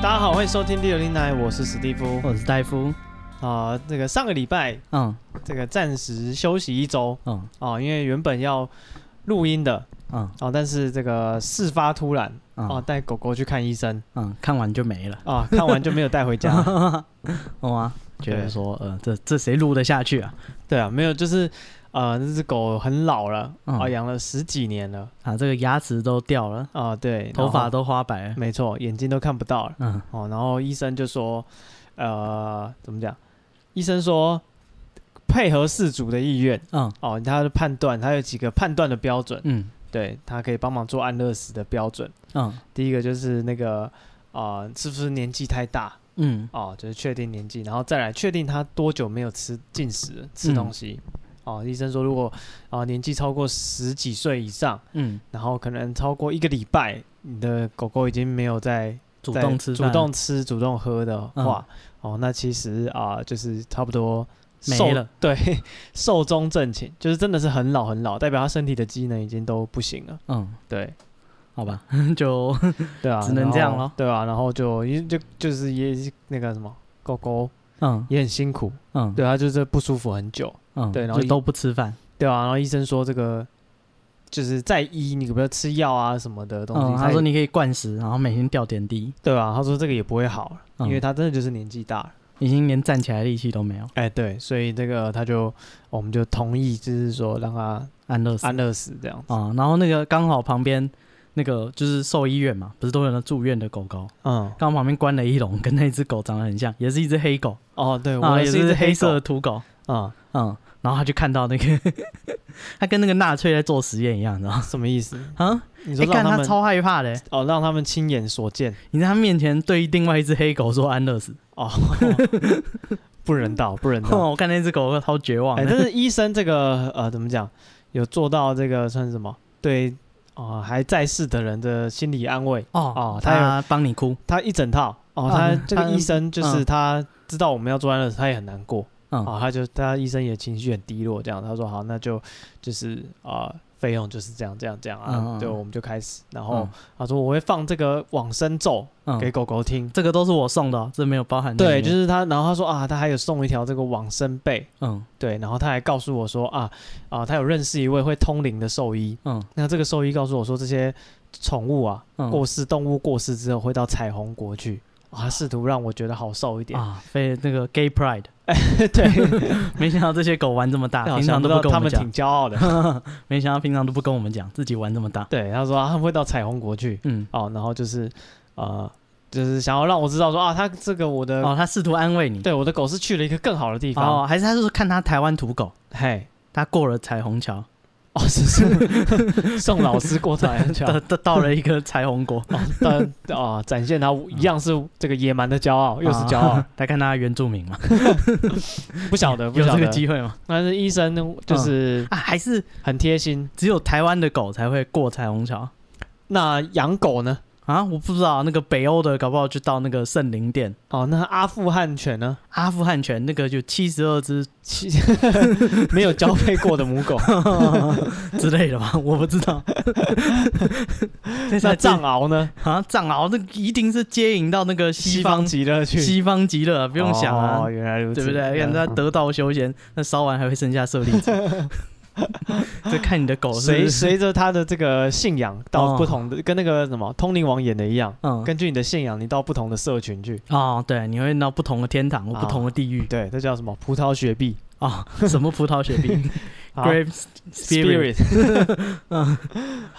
大家好，欢迎收听《第六零台》，我是史蒂夫。我是戴夫，啊、这个上个礼拜嗯这个暂时休息一周嗯啊、因为原本要录音的嗯啊、但是这个事发突然啊、嗯带狗狗去看医生嗯，看完就没 了。啊、看完就没有带回 家。哦啊，觉对得说呃，这这谁录得下去啊？对啊，没有，就是呃，那只狗很老了啊、嗯养了十几年了啊，这个牙齿都掉了，啊、对，头发都都花白了。没错，眼睛都看不到了嗯哦。然后医生就说，呃，怎么讲？医生说配合事主的意愿。嗯哦，他的判断，他有几个判断的标准，嗯对他可以帮忙做安乐死的标准。嗯第一个就是那个啊、呃是不是年纪太大嗯哦，就是确定年纪，然后再来确定他多久没有吃进食吃东西。哦，医生说如果啊、呃年纪超过十几岁以上，嗯，然后可能超过一个礼拜，你的狗狗已经没有在主在动吃主饭嗯动吃、主动喝的话，哦，那其实啊、就是差不多没寿了。对， 寿终正寝，就是真的是很老很老，代表他身体的机能已经都不行了。嗯，对，好吧， 就对啊，只能然后这样咯对啊，然后就也就就是也是那个什么。狗狗嗯也很辛苦，嗯对，它啊就是不舒服很久，嗯，对然后就都不吃饭。对啊，然后医生说这个就是在医，你可不要吃药啊什么的东西。嗯，他说也你可以灌食，然后每天吊点滴，对啊，他说这个也不会好了，嗯因为他真的就是年纪大了。已经连站起来的力气都没有，哎，对，所以这个他就我们就同意，就是说让他安乐死安乐死这样子。啊。然后那个刚好旁边那个就是兽医院嘛，不是都有那住院的狗狗，嗯，刚好旁边关了一笼，跟那只狗长得很像，也是一只黑狗，哦，对，我啊，也也是一是只黑色狗的土狗，啊、嗯，然后他就看到那个， 他跟那个纳粹在做实验一样，你知道吗？什么意思？啊，你你说看让们、超害怕的欸，哦，让他们亲眼所见你在他面前对另外一只黑狗说安乐 死，哦， 不人道，不人道。哦，我看那只狗超绝望哎，的，但是医生这个呃，怎么讲，有做到这个算是什么？对啊、呃还在世的人的心理安慰，哦哦，他有他帮你哭，他一整套哦，他啊这个他医生就是嗯他知道我们要做安乐死，他也很难过。嗯啊，他就他医生也情绪很低落，这样他说好，那就就是啊，费、用就是这样这样这样啊，嗯嗯对，嗯我们就开始。然后他说我会放这个往生咒嗯哦给狗狗听，这个都是我送的哦，这没有包含在对，里面就是他，然后他说啊，他还有送一条这个往生被，嗯对，然后他还告诉我说啊啊，他有认识一位会通灵的兽医，嗯那这个兽医告诉我说这些宠物啊嗯过世，动物过世之后会到彩虹国去。啊，他试图让我觉得好受一点，啊，非那个 gay pride， 对，没想到这些狗玩这么大， 好平像常不都知道不跟我他们们讲挺，骄傲的。没想到平常都不跟我们讲，自己玩这么大，对，他说、啊、他们会到彩虹国去，嗯，哦，然后就是呃，就是想要让我知道说啊，他这个我的、哦，他试图安慰你，对我的狗是去了一个更好的地方，哦，还是他就是看他台湾土狗，嘿，他过了彩虹桥。哦，是是 送老师过彩 虹桥，到到到了一个彩虹国，哦，但哦，展现他嗯一样是这个野蛮的骄傲， 又是啊骄傲，来看哦他原住民嘛，不晓 得不有晓这个得，机会吗？但是医生就是啊，还是很贴心。只有台湾的狗才会过彩虹桥那养狗呢？啊？我不知道，那个北欧的搞不好就到那个圣灵殿，哦，那阿富汗犬呢？阿富汗犬那个就七十二只 其 没有交配过的母狗，之类的吧，我不知道。 那那才藏獒呢？啊藏獒，那一定是接引到那个西西方方极乐去，西方极乐，不用想啊哦，，原来如此，对不对？看他嗯得道修仙，那烧完还会剩下舍利 子，这看你的狗是不随是随着他的这个信仰到哦不同的，跟那个 什么通灵王演的一样，嗯根据你的信仰，你到不同的社群去。哦，对，你会到不同的天堂或不同的地狱对，这叫什么？葡萄雪碧哦，什么葡萄雪碧 好，Grape Spirit，嗯，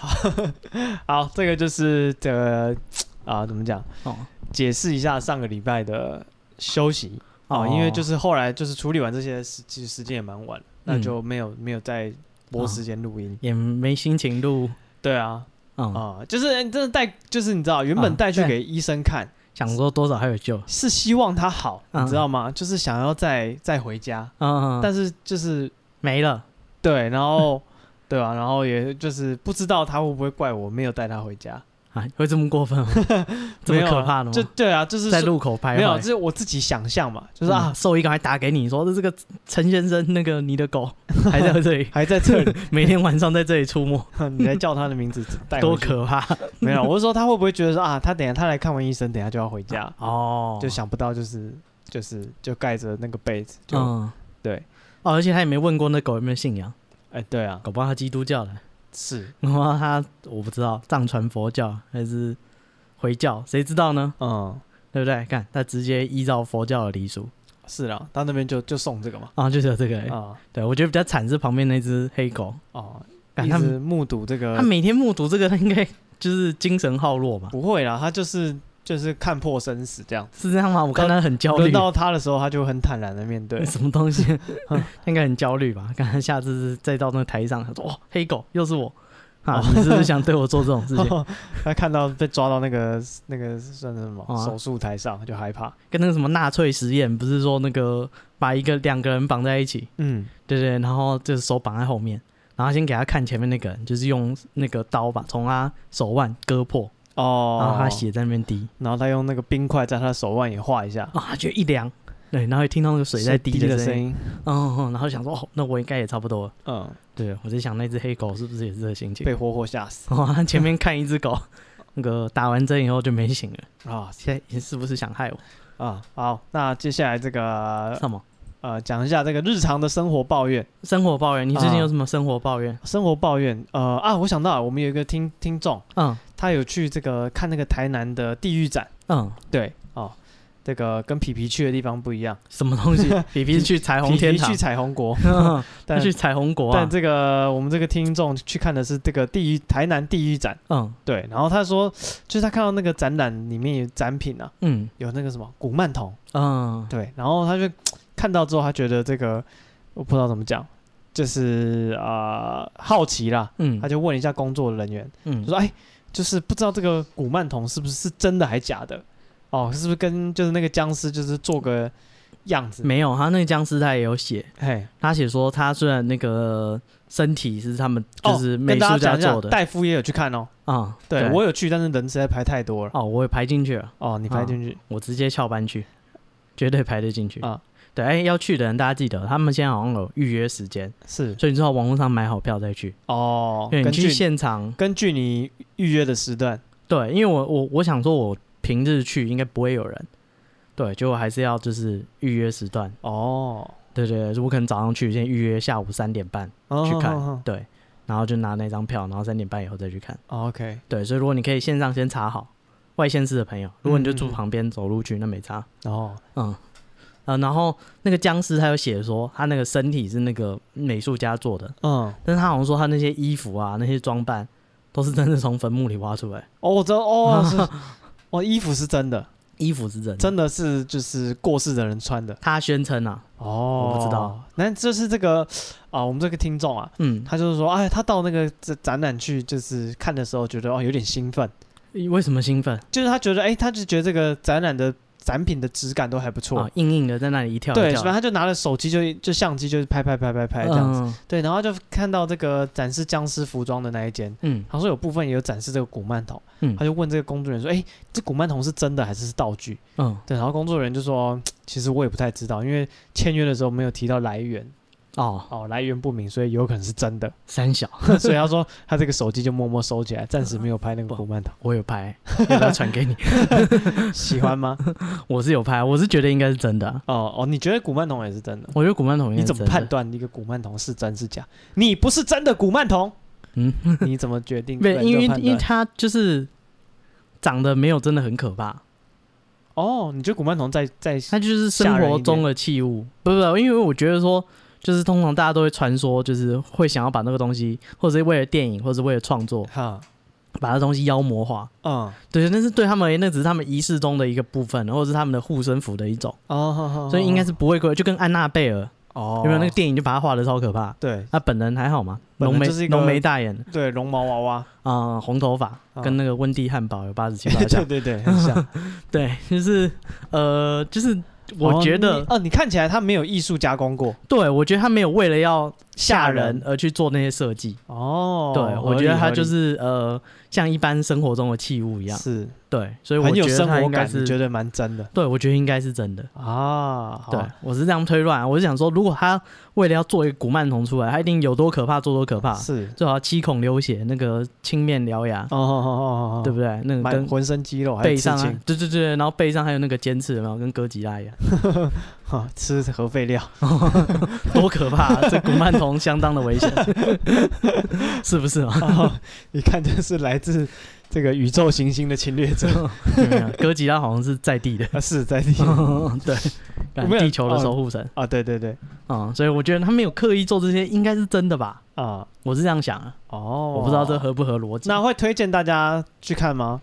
好，这个就是这个啊、怎么讲？哦解释一下上个礼拜的休息哦，因为就是是后来就是处理完这些事，其实时间也蛮晚，那嗯就没有没有再啊拨时间录音。也没心情录，对啊，嗯，啊，就是你真的带，就是你知道，原本啊带去对给医生看想说多少还有救，是希望他好，你嗯知道吗？就是想要再再回家，嗯，但是就是没了，对，然后 对啊，然后也就是不知道他会不会怪我没有带他回家，啊，会这么过 分吗？这么没有可啊怕的吗？就对啊，就是在说路口拍，没有，这是我自己想象嘛，就是啊嗯，兽医赶快打给你说，这个陈先生，那个你的狗 还在这里，还在这里， 每天晚上在这里出没，你来叫他的名字带多回去可怕没有，我是说他会不会觉得说啊，他等一下他来看完医生，等一下就要回家， 哦！就想不到就是就是就盖着那个被子就、嗯，对，哦，而且他也没问过那狗有没有信仰，哎对啊搞不好他基督教的，是然后他我不知道藏传佛教还是回教，谁知道呢？嗯对不对？看他直接依照佛教的礼俗，是啦，他那边就就送这个嘛然后就是有这个、欸啊对我觉得比较惨是旁边那只黑狗，哦，干一他直目睹这个他每天目睹这个，他应该就是精神耗弱吧？不会啦，他就是就是看破生死这样，是这样吗？我看他很焦虑，轮。到他的时候他就很坦然的面对 什么东西？嗯他应该很焦虑吧？看他下次是再到那个台上，他说：“哇，黑狗又是我啊！你是不是想对我做这种事情？ 他看到被抓到那个那个算是什么、哦啊手术台上就害怕，跟那个什么纳粹实验，不是说那个把一个两个人绑在一起，嗯对对，然后就是手绑在后面，然后先给他看前面那个人，就是用那个刀吧，从他手腕割破，然后哦，啊他血在那边滴，然后他用那个冰块在他的手腕也画一下啊、。他觉得一凉，对，然后也听到那个水在滴的的声音，音，嗯，嗯然后想说，哦，那我应该也差不多了。嗯，对，我在想那只黑狗是不是也是这个心情？被活活吓死哇，他前面看一只狗， 那个打完针以后就没醒了，啊现在是不是想害我？啊！好，那接下来这个什么呃，讲一下这个日常的生活抱怨，生活抱怨？你最近啊有什么生活抱怨？生活抱怨，呃啊，我想到了我们有一个听听众，嗯他有去这个看那个台南的地狱展，嗯，对哦，这个跟皮皮去的地方不一样，什么 东西？皮皮是去彩虹皮天皮堂，去，彩虹国 嗯他但去彩虹国啊但。这个我们这个听众去看的是这个地狱台南地狱展，嗯对，然后他说，就是他看到那个展览里面有展品啊，嗯有那个什么古曼童。嗯，对，然后他就看到之后，他觉得这个我不知道怎么讲，就是啊、呃好奇啦，嗯，他就问一下工作人员，嗯就说哎，就是不知道这个古曼童是不是是真的还假的哦，是不是跟就是那个僵尸就是做个样子？没有，他那个僵尸他也有写，嘿，他写说他虽然那个身体是他们哦就是跟美大术家家讲一下做的戴夫也有去看哦，啊，对我有去，但是人实在排太多了哦我也排进去了。哦，你啊排进去，我直接翘班去，绝对排得进去啊！对，哎、要去的人大家记得，他们现在好像有预约时间，是所以你最好网络上买好票再去。哦，对，你根去据现场，根据你预约的时段，对，因为我我我想说，我平日去应该不会有人，对，结果还是要就是预约时段，哦，对对对，我可能早上去，先预约下午三点半去看，哦对，然后就拿那张票，然后三点半以后再去看，哦，OK，对，所以如果你可以线上先查好，外县市的朋友，如果你就嗯住嗯嗯旁边走路去，那没差，哦，嗯，呃，然后那个僵尸他有写说他那个身体是那个美术家做的，嗯。但是他好像说他那些衣服啊、那些装扮都是真的从坟墓里挖出来，哦，我知道，哦， 是，哦，衣服是真的，衣服是真的。真的是就是过世的人穿的。他宣称啊，哦，我不知道。那就是这个啊，我们这个听众啊，嗯，他就是说，哎，他到那个展展览去，就是看的时候觉得哦有点兴奋，为什么兴奋就是他觉得，哎，他就觉得这个展览的展品的质感都还不错。啊？硬硬的在那里一跳对，一所以跳，他就拿了手机就就相机就是拍拍拍拍拍这样子，嗯对，然后就看到这个展示僵尸服装的那一间，嗯他说有部分也有展示这个古曼童，嗯他就问这个工作人员说，哎，这古曼童是真的还是是道具？嗯对，然后工作人员就说，其实我也不太知道，因为签约的时候没有提到来源，哦，哦，来源不明，所以有可能是真的。三小， 所以他说他这个手机就默默收起来，暂时嗯没有拍那个古曼童。我有拍，要不要传给你？ 喜欢吗？我是有拍，我是觉得应该是真的啊、哦哦，你觉得古曼童也是真的？我觉得古曼童应该你是怎么真的判？断一个古曼童是真是假？你不是真的古曼童，嗯，你怎么决定？没，因为怎么判因为断他就是长得没有真的很可怕，哦，你觉得古曼童在在它就是生活中的器物，不不，不因为我觉得说，就是通常大家都会传说，就是会想要把那个东西，或者是为了电影，或者是为了创作，哈把这东西妖魔化。嗯，对，那是对他们而言，那只是他们仪式中的一个部分，或者是他们的护身符的一种，哦，所以应该是不会贵。就跟安娜贝尔哦，有没有那个电影就把她画的超可怕，对她本人还好吗？本人浓眉就是一个浓眉大眼对绒毛娃娃，啊、呃红头发，啊跟那个温蒂汉堡有八十七八对 像。对对，很像。对，就是呃，就是我觉哦得你，哦，你看起来他没有艺术加工过对我觉得他没有为了要吓吓人而去做那些设计。哦，对，合我觉得理它合理就是呃，像一般生活中的器物一样。是对，所以我很有觉得生它活应该感，你是觉得蛮真的对，我觉得应该是真的。啊？好对，我是这样推断啊，我是想说，如果他为了要做一个古曼童出来，他一定有多可怕做多可怕，是最好七孔流血，那个青面獠牙，啊哦哦哦哦，对不不对？那个满跟浑身肌肉，还有背刺上青啊，对对对，然后背上还有那个尖刺，有没有？跟哥吉拉一样， 哈，哦吃核废料， 多可怕、啊！这古曼童相当的危险， 是不是 啊？哦一看就是来自这个宇宙行星的侵略者， 有没有啊哥吉拉好像是在地的，啊是在地 嗯对，有没有地球的守护神啊，对对对啊、嗯所以我觉得他没有刻意做这些，应该是真的吧？啊，我是这样想啊，哦，我不知道这合不合逻辑。那会推荐大家去看吗？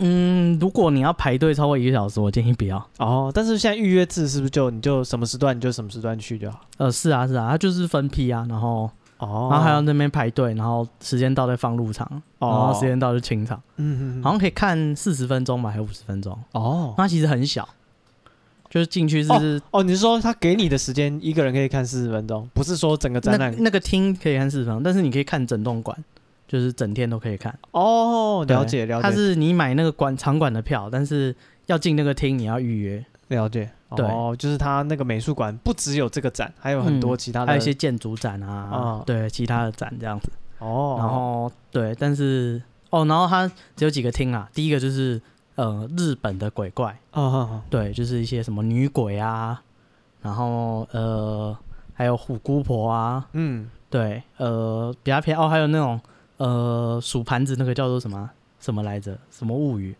嗯，如果你要排队超过一个小时，我建议不要。哦，但是现在预约制是不是就你就什么时段你就什么时段去就好？呃，是啊，是啊，它就是分批啊，然后哦哦然啊后还要那边排队，然后时间到再放入场，然后时间到就清场，嗯嗯嗯好像可以看四十分钟吧，还有五十分钟。哦它其实很小，就是进去是哦，你是说他给你的时间一个人可以看四十分钟，不是说整个那展览？那个厅可以看四十分钟，但是你可以看整栋馆，就是整天都可以看。哦，了对解了它解是你买那个馆场馆的票，但是要进那个厅你要预约，了解。对哦，就是他那个美术馆不只有这个展，还有很多嗯其他的，还有一些建筑展啊哦，对，其他的展这样子。哦，然后对，但是哦，然后它只有几个厅啊啦。第一个就是呃日本的鬼怪，哦哦对，就是一些什么女鬼啊，然后呃还有虎姑婆啊，嗯，对，呃比较偏哦，还有那种呃数盘子那个叫做什么啊什么来着？什么物语？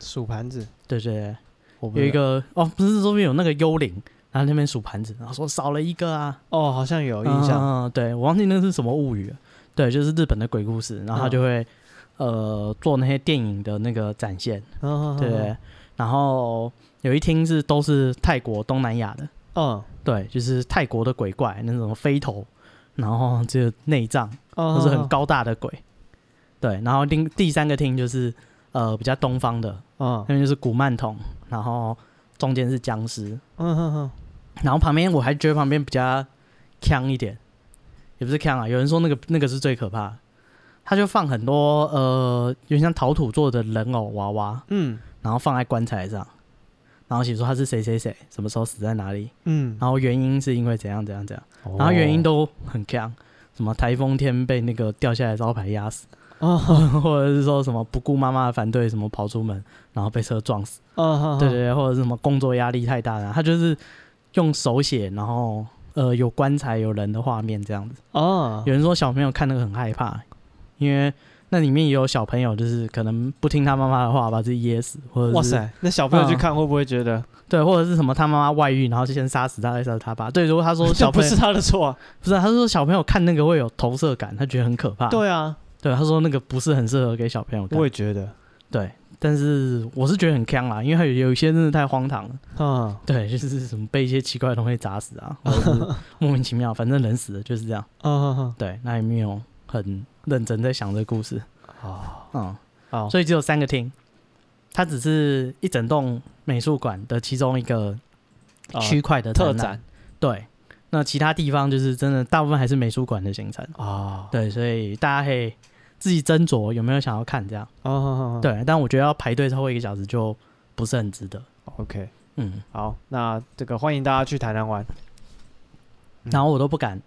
数盘子，对对对，我不有一知道个哦，不是说不是有那个幽灵，然后那边数盘子，然后说少了一个啊，哦，好像有印象，嗯，对，我忘记那是什么物语了。对，就是日本的鬼故事，然嗯后他就会、呃做那些电影的那个展现，嗯，对。然后有一厅是都是泰国、东南亚的，嗯，对，就是泰国的鬼怪那种飞头，然后只有内脏，嗯，都是很高，高大的鬼，对。然后另第三个厅就是呃比较东方的，嗯那边就是古曼童，然后中间是僵尸，嗯嗯嗯，然后旁边我还觉得旁边比较呛一点，也不是呛啊，有人说那个那个是最可怕的，他就放很多呃，有点像陶土做的人偶娃娃，嗯然后放在棺材上，然后写说他是谁谁谁，什么时候死在哪里，嗯，然后原因是因为怎样怎样怎样，然后原哦因都很呛，什么台风天被那个掉下来的招牌压死，哦， 或者是说什么不顾妈妈的反对，什么跑出门然后被车撞死。哦，对对对，或者是什么工作压力太大了，他就是用手写，然后呃有棺材有人的画面这样子。哦，有人说小朋友看那个很害怕，因为那里面也有小朋友就是可能不听他妈妈的话，把自己噎死，或者是哇，塞，那小朋友去嗯看会不会觉得对，或者是什么他妈妈外遇，然后就先杀死他，再杀死他爸。对，如果 他说这小不朋友是他的错啊？不是啊，他说小朋友看那个会有投射感，他觉得很可怕。对啊，对，他说那个不是很适合给小朋友看我。也觉得，对，但是我是觉得很坑啦，因为还有有一些真的太荒唐了。 嗯对，就是什么被一些奇怪的东西砸死 啊，或者是莫名其妙，反正人死了就是这样。嗯嗯对，那也没有很认真在想这故事，嗯，哦嗯，哦，所以只有三个厅，它只是一整栋美术馆的其中一个啊区块的特览展。对，那其他地方就是真的大部分还是美术馆的行程。啊，对，所以大家可以自己斟酌有没有想要看这样。哦，对，但我觉得要排队超过一个小时就不是很值得。哦，OK，嗯，好，那这个欢迎大家去台南玩，嗯然后我都不敢，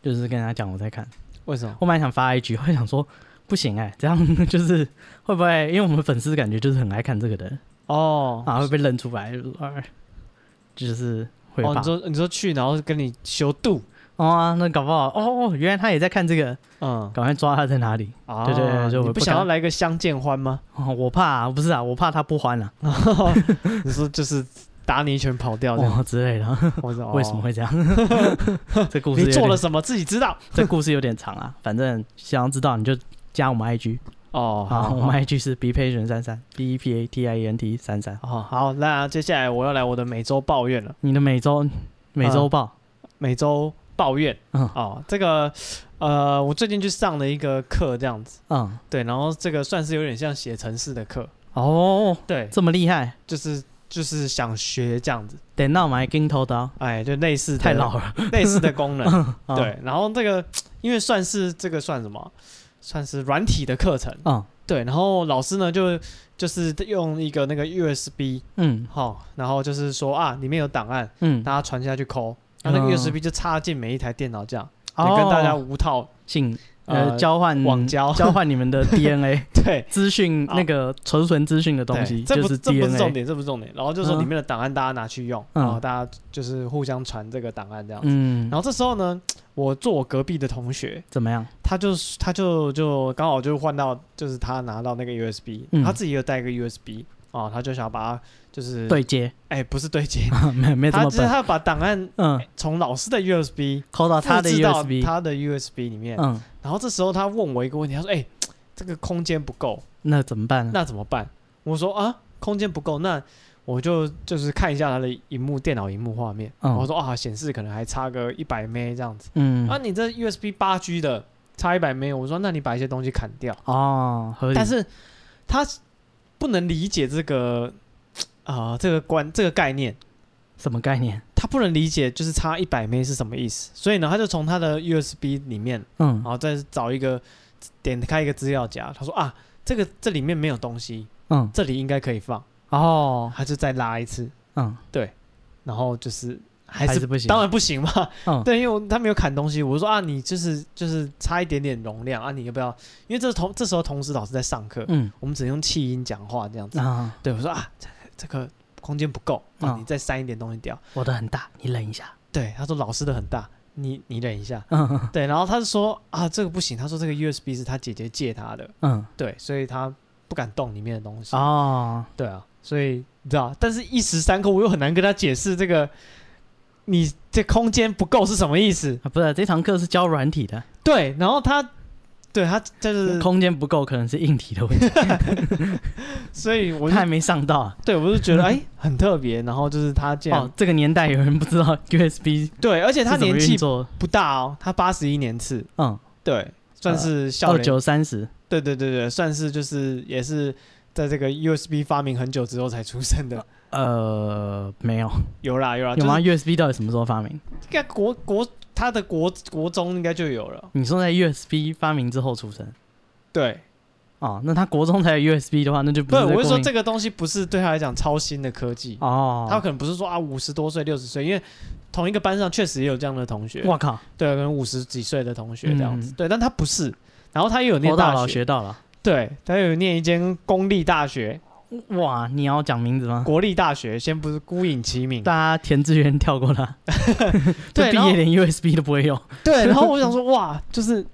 就是跟他讲我在看。为什么？我本来想发 IG，会想说不行哎、这样 就是会不会因为我们粉丝感觉就是很爱看这个的，哦，啊会被认出来，就是哎就是会哦，怕你说你说去，然后跟你修度，哦啊那搞不好哦，原来他也在看这个，嗯，赶快抓他在哪里。啊对对对就你我不不想要敢来个相见欢 吗？ 哦，我怕、啊、不是啊，我怕他不欢啊，你说就是打你一拳跑掉这样，哦之类的，我说 为什么哦会这样？ 这故事你有做了点什么自己知道？这故事有点长啊，反正想要知道你就加我们 IG，哦，好，我们 IG 是 b patient 三三 b e p a t i e n t 三三。哦，好，那接下来我要来我的每周抱怨了。你的每周每周嗯报，每周抱怨，嗯哦，这个呃，我最近去上了一个课，这样子，嗯，对，然后这个算是有点像写程式的课，哦，对，这么厉害，就是就是想学这样子，等到我们还跟头刀，哎，就类似的太老了。类似的功能，哦，对，然后这个因为算是这个算什么，算是软体的课程，嗯对，然后老师呢就就是用一个那个 USB 嗯哈、然后就是说啊，里面有档案，嗯，大家传下去抠，那那个嗯 USB 就插进每一台电脑这样，也哦跟大家无套请呃呃交换网交交换你们的 DNA 对。资讯，好那个储存资讯的东对西，这就不是这不是重 DNA。点，这不是重点。然后就说嗯里面的档案大家拿去用，嗯然后大家就是互相传这个档案这样子。嗯然，后这时候呢，我坐我隔壁的同学，怎么样？他就是他就就刚好就换到，就是他拿到那个 USB，、嗯他自己有带一个 USB 哦，他就想把它就是对，接， 哎，不是对接，没没这他么就是笨。他把档案嗯，从老师的 USB 扣到哦他的复制到 USB。他的 USB 里面，嗯，然后这时候他问我一个问题，他说：“哎、这个空间不够，那怎么办呢？那怎么办？”我说：“啊，空间不够，那我就就是看一下他的荧幕电脑荧幕画面。嗯我说：“啊，显示可能还差个一百 m 这样子。嗯啊，，你这 USB 八 G 的差一百 m 我说：“那你把一些东西砍掉。哦，合理。但是他不能理解这个啊、这个观这个概念。什么概念？他不能理解，就是差一百 m 是什么意思，所以呢，他就从他的 USB 里面嗯然，后再找一个点开一个资料夹，他说啊，这个这里面没有东西，嗯，这里应该可以放，哦，他就再拉一次，嗯，然后就是还还是是不行当然不行嘛，嗯对，因为我他没有砍东西，我就说啊，你就是就是差一点点容量啊，你要不要？因为这同这时候同时老师在上课，嗯我们只能用气音讲话这样子，啊，对我说啊，这这个空间不够，啊，嗯你再删一点东西掉，我的很大，你忍一下。对，他说老师的很大，你你忍一下。嗯对，然后他就说啊，这个不行。他说这个 USB 是他姐姐借他的，嗯，对，所以他不敢动里面的东西。哦，对啊，所以你知道，但是一时三刻我又很难跟他解释这个，你这空间不够是什么意思？啊，不是，这堂课是教软体的，对，然后他，对他就是，空间不够，可能是硬体的问题，所以我我就还没上到啊。对我就 觉得哎、很特别。然后就是他这样，哦，这个年代有人不知道 USB 对，而且啊他是怎么年纪运作，不大哦，他八十一年次，嗯，对，算是校二园，九三十，对对对对，算是就是也是在这个 USB 发明很久之后才出生的。呃，没有，有啦有啦，啊有吗啊就是？USB 到底什么时候发明？应该国国他的国国中应该就有了，你说在 USB 发明之后出生，对。哦，那他国中才有 USB 的话，那就不不是是，在我是国说民这个东西不是对他来讲超新的科技，他哦，可能不是说啊五十多岁、六十岁，因为同一个班上确实也有这样的同学，我靠，对，可能五十几岁的同学这样子，嗯对，但他不是，然后他也有念活到大老学，学到老，对，他有念一间公立大学、哇，你要讲名字吗？国立大学，先不是孤影其名，大家填志愿跳过了， 对这然毕后业连 USB 都不会用， 对，然后我想说哇，就是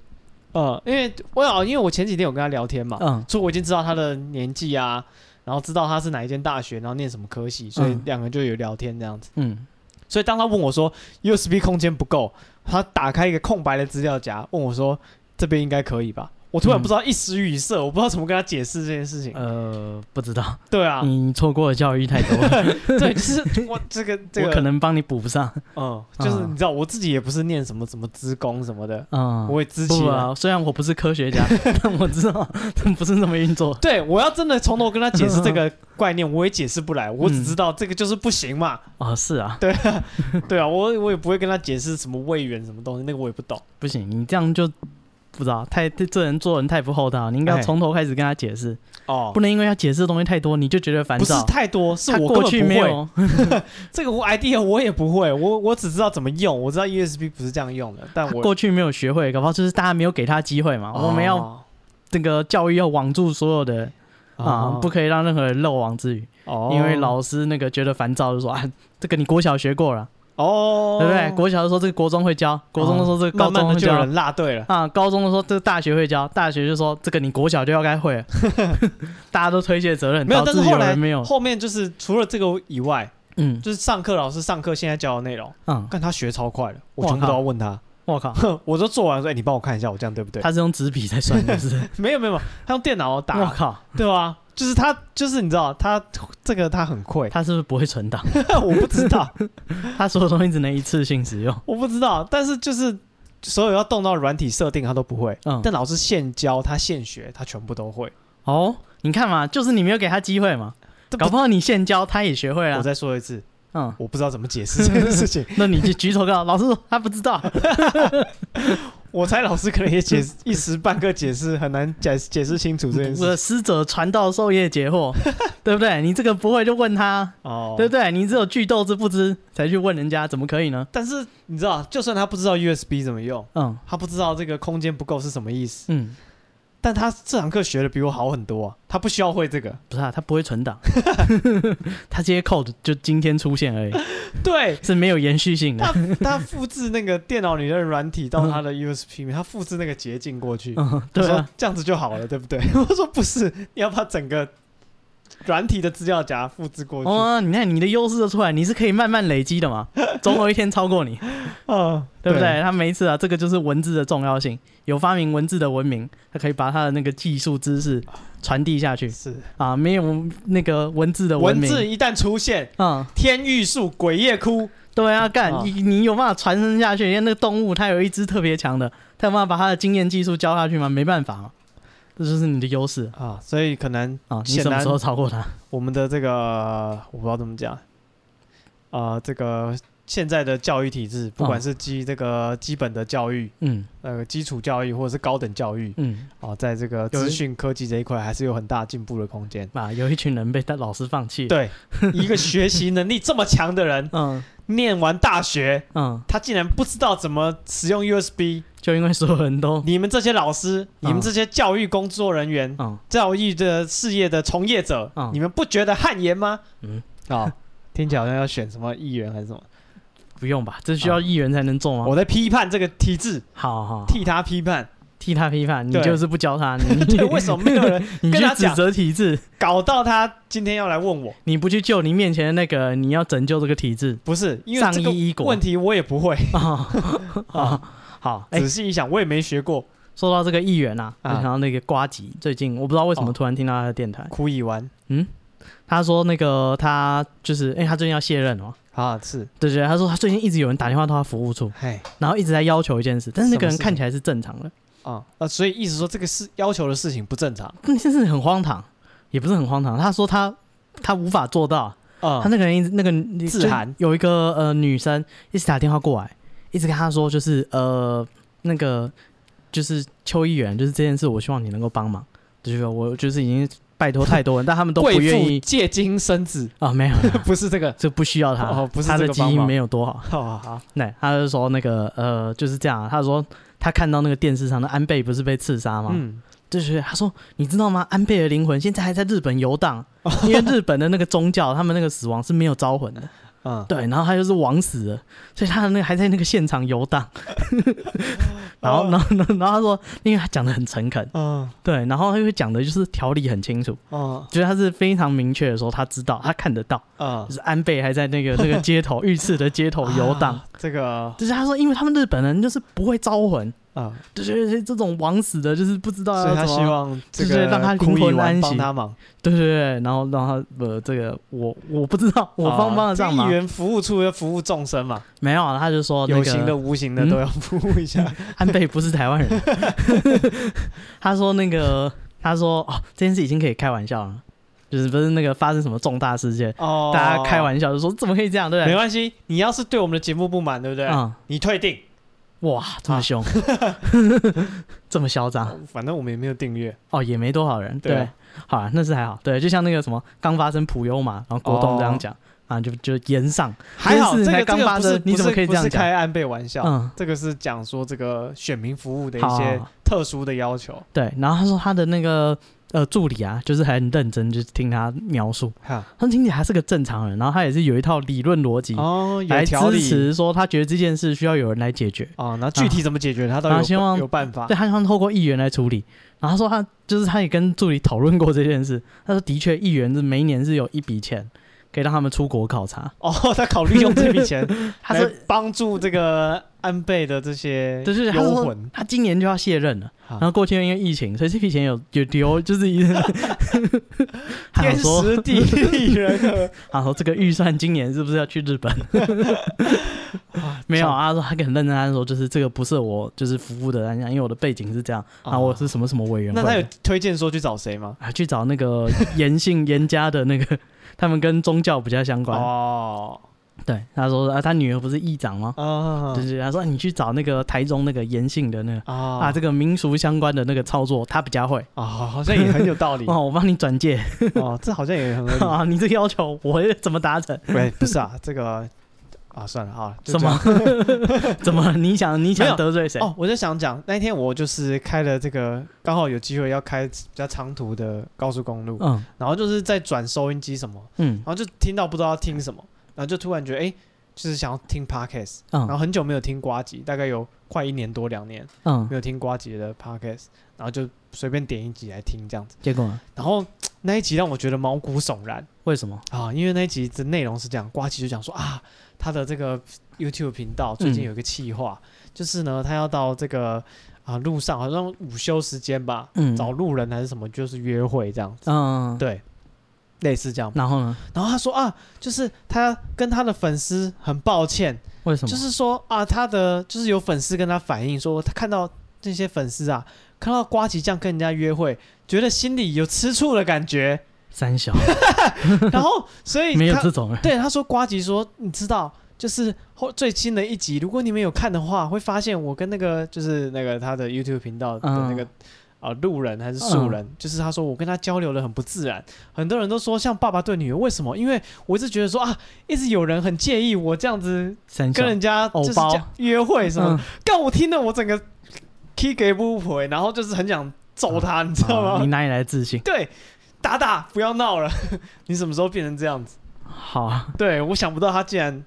呃，因为我有因为我前几天有跟他聊天嘛，嗯所以我已经知道他的年纪啊，然后知道他是哪一间大学，然后念什么科系，所以嗯两个就有聊天这样子。嗯，所以当他问我说 USB 空间不够，他打开一个空白的资料夹，问我说这边应该可以吧？我突然嗯不知道一时语塞，我不知道怎么跟他解释这件事情。呃，不知道，对啊，你错过的教育太多了，对，就是我这个 这个， 我可能帮你补不上，嗯，就是嗯你知道我自己也不是念什么什么资工什么的，嗯，我也知其不然。啊，虽然我不是科 学家，但我知道 这不是这么运作，对，我要真的从头跟他解释这个概念，我也解释不来。我只知道这个就是不行 嘛。哦，是啊，对啊，我我也不会跟他解释什么位元什么东西，那个我也不懂。不行，你这样就不知道，太这这人做人太不厚道，你应该哎要从头开始跟他解释，哦不，能因为要解释的东西太多，你就觉得烦不是躁。太多，是他我根过本去不没会有，这个我 idea 我也不会，我我只知道怎么用，我知道 USB 不是这样用的，但他我过去没有学会，搞不好就是大家没有给他机会嘛。我们要哦这个教育要网住所有的啊哦，不可以让任何人漏网之鱼，哦因为老师那个觉得烦躁，就说啊，这个你国小学过了，哦，对不对？国小的时候这个国中会教，国中的时候这个高慢中慢会的就教有，人落队了，啊，高中的时候这个大学会教，大学就说这个你国小就要 该会了，大家都推卸责任，没有，导但致是后来人没有，后面就是除了这个以外，嗯就是上课老师上课现在教的内容，嗯，看他学超快了，我哇全部都靠要问他，我靠，哼， 我都做完说，哎、你帮我看一下，我这样对不对？他是用纸笔在算，是不是？ 没有没有，没有他用电脑我打，靠， 对啊，就是他，就是你知道，他这个他很 愧，他是不是不会存档？我不知道，他所有东西只能一次性使用。我不知道，但是就是所有要动到软体设定，他都不会。嗯，但老师现教他现学，他全部都会。哦，你看嘛，就是你没有给他机会嘛，这不搞不好你现教他也学会我了。再说一次，嗯，我不知道怎么解释这件事 情。那你就举手告老师，他不知道。我猜老师可能也解释 一时半刻解释很难解解释清楚这件我事。师者传道授业解惑， 对不对？你这个不会就问他，哦，对不对？你只有句斗之不知才去问人家，怎么可以呢？但是你知道，就算他不知道 USB 怎么用，嗯他不知道这个空间不够是什么意思，嗯，但他这堂课学的比我好很多啊，他不需要会这个。不是啊，他不会 存档，他这些 code 就今天出现而已，对是没有延续性的。他， 他复制那个电脑里的软体到他的 USB 里面，他复制那个捷径过去。 嗯，他对说啊，这样子就好了，对不对？ 我说不是，你要把整个软体的资料夹复制过去。哦，你看你的优势就出来，你是可以慢慢累积的 嘛，总有一天超过你，嗯，对不对？他每一次啊，这个就是文字的重要性，有发明文字的文明，他可以把他的那个技术知识传递下去是啊，没有那个文字的文文明，字一旦出现，嗯。天欲树，鬼夜哭。对啊，干、啊你你有办法传承下去？因为那个动物它有一只特别强的，它有办法把它的经验技术教下去吗？没办法嘛，哦这就是你的优势啊，所以可能啊！你显什么然时候超过它？我们的这个我不知道怎么讲，啊，这个现在的教育体制，不管嗯是基这个基本的教育，嗯呃，基础教育或者是高等教育，嗯，啊，在这个有资讯科技这一块还是有很大进步的空间。啊，有一群人被老师放弃。，对， 一个学习能力这么强的人，嗯念完大学，嗯，他竟然不知道怎么使用 USB，就因为所有人都你们这些老师，你们这些教育工作人员，嗯教育的事业的从业者，嗯你们不觉得汗颜吗？嗯啊、听起来好像要选什么议员还是什么，不用吧？这需要议员才能中吗？啊我在批判这个体制，好好好替他批判。 替他批判，你对就是不教 他，你对，为什么没有人你跟去他指讲责体制，搞到他今天要来问我？你不去救你面前的那个，你要拯救这个体制不是，因为上这个衣一国问题我也不会。 啊！好，哎仔细一想，我也没学过。说到这个议员啊，我啊想到那个瓜吉，最近我不知道为什么哦突然听到他的电台，苦已完他说那个他就是，因为他最近要卸任了嘛，啊，是，对对，对他说他最近一直有人打电话到他服务处，嘿，然后一直在要求一件事，但是那什个么人事情看起来是正常的，啊、啊，所以意思说这个是要求的事情不正常那件事很荒唐，也不是很荒唐，他说他他无法做到，啊他那个人一直那个自就寒有一个呃女生一直打电话过来，一直跟他说就是呃那个就是邱议员，就是这件事我希望你能够帮忙，就是说我就是已经拜托太多人，但他们都不贵 愿妇意借精生子，啊、没有。没有不是这个。这 不需要他，哦不是他的这个基帮因忙没有多好。好好好，对，他就说那个呃，就是这样啊。他说他看到那个电视上的安倍不是被刺杀吗？嗯，就是他说你知道吗？安倍的灵魂现在还在日本 游荡，因为日本的那个宗教，他们那个死亡是没有招魂的。嗯，对，然后他就是枉死了，所以他的那个还在那个现场游荡。然哦后，然后，然后然后他说，因为他讲的很诚恳，嗯对，然后他又讲的就是条理很清楚，嗯就是他是非常明确的说他知道，他看得到，嗯就，是安倍还在那个那 个街头御赐的街头游荡。啊这个就是他说，因为他们日本人就是不会招魂，啊，就是这种枉死的，就是不知道所以要他怎希么。望这就是个让他灵苦已魂完安帮息他忙，对对对，然后让他呃，这个我我不知道，我帮不帮得上啊忙这议？员服务处要服务众生嘛，没有啊，他就说那有形的个无形的嗯都要服务一下。 安倍不是台湾人， 他说那个他说哦，这件事已经可以开玩笑了，就是不是那个发生什么重大事件，哦，大家开玩笑就说怎么可以这样，对不没对？关系，你要是对我们的节目不满，对不对？嗯，你退订，哇，这么啊 凶，这么嚣张。反正我们也没有订阅。哦，也没多少人，对，对啊好啊，那是还好，对，就像那个什么刚发生普悠嘛，然后国栋这样讲、哦啊，就就延上，还好这这件个事才这刚个发不生是你怎么可以这样不是讲开安倍玩笑，嗯，这个是讲说这个选民服啊务的一好些好特殊的要求。对，然后他说他的那个呃助理啊，就是还很认真，就是听他描述，哈他听起来还是个正常人，然后他也是有一套理论逻辑、哦，有来条支理持说他觉得这件事需要有人来解决，哦，那具体怎么解决，他都啊有希望有办法对，。他想透过议员来处理，然后他说他就是他也跟助理讨论过这件事，他说的确议员是每一年是有一笔钱可以让他们出国考察，哦，他考虑用这笔钱 他说来帮助这个安倍的这些对，就是他幽说魂，他今年就要卸任了，好然后过去因为疫情，所以这批钱有有丢，就是 一 他天想说，时地利人和， 他说这个预算今年是不是要去日本？哇没有，超他说他很认真，他说就是这个不是我就是服务的对象，因为我的背景是这样，哦然后我是什么什么委员会那的。他有推荐说去找谁吗？啊去找那个严姓严家的那个，他们跟宗教比较相关。哦，对，他说啊，他女儿不是议长吗？啊对对，他说、啊你去找那个台中那个严姓的那个。啊啊，这个民俗相关的那个操作，他比较会啊，好像也很有道理哦，我帮你转介哦，这好像也 很合啊，你这个要求我会怎么达成？理。喂，不是啊，这个啊，算了啊，就 什这样么？怎么？ 你想你没有想得罪谁？哦，我就想讲那一天我就是开了这个，刚好有机会要开比较长途的高速公路，嗯然后就是在转收音机什么，嗯然后就听到不知道要听什么，然后就突然觉得哎、诶就是想要听 podcast，然后嗯很久没有听瓜集，大概有快一年多两年嗯，没有听瓜集的 podcast，然后就随便点一集来听这样子，结果呢然后那一集让我觉得毛骨悚然。为什么？啊，因为那一集的内容是这样，瓜奇就讲说啊，他的这个 YouTube 频道最近嗯有一个企划，就是呢，他要到这个啊路上，好像午休时间吧，嗯找路人还是什么，就是约会这样，嗯，对，类似这样。然后呢？然后他说啊，就是他跟他的粉丝很抱歉，为什么？就是说啊，他的就是有粉丝跟他反映说，他看到那些粉丝啊，看到瓜奇这样跟人家约会，觉得心里有吃醋的感觉， 三小然后所以没有他这 种人，对，他说瓜吉说，你知道，就是后最新的一集，如果你们有看的话，会发现我跟那个就是那个他的 YouTube 频道的那个嗯啊、呃路人还是素人，就是他说我跟他交流的很不自然，很多人都说像爸爸对女儿，为什么？因为我一直觉得说啊，一直有人很介意我这样子三小跟人家 偶就是包这样约会什么嗯的，干、我听了我整个 k 给不回，然后就是很想揍他，你知道啊吗？你哪里来自信？对，打打，不要闹了， 你什么时候变成这样子？好啊，对，我想不到他竟然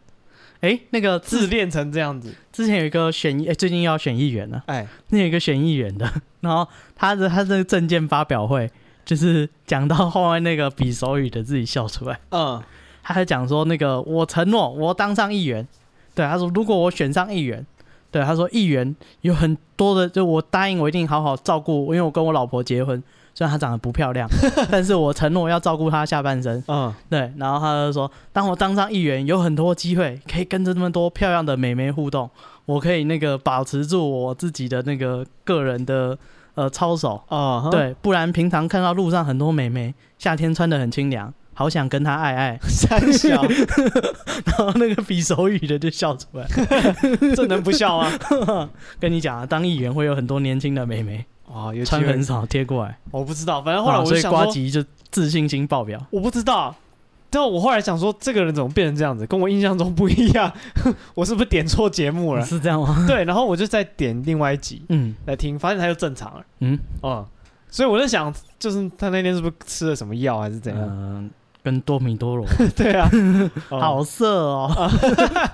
哎，那个自之恋成这样子。之前有一个选议，哎，最近又要选议员了。哎，那有一个选议员的，然后他的他的证件发表会，就是讲到后面那个比手语的自己笑出来，嗯，他还讲说那个我承诺我当上议员，对他说如果我选上议员，对他说议员有很多的，就我答应我一定好好照顾，因为我跟我老婆结婚，虽然她长得不漂亮，但是我承诺要照顾她下半生，嗯，对，然后他就说，当我当上议员，有很多机会可以跟着那么多漂亮的美眉互动，我可以那个保持住我自己的那个个人的呃操守，哦， 哼，对，不然平常看到路上很多美眉，夏天穿的很清凉，好想跟她爱爱，三小，然后那个比手语的就笑出 来。这能不笑 吗？跟你讲啊，当议员会有很多年轻的美眉，哦，有机穿会很，少贴过来，我不知道，反正后来啊我所就以想瓜说，吉就自信心爆表。我不知道。但我后来想说，这个人怎么变成这样子，跟我印象中不一样， 我是不是点错节目 了？是这 样吗？对，然后我就再点另外一集嗯来听，发现他又正常了，嗯，嗯，所以我在想，就是他那天是不是吃了什么药还是怎样？嗯，跟多米多罗对 啊， 哦嗯好色哦。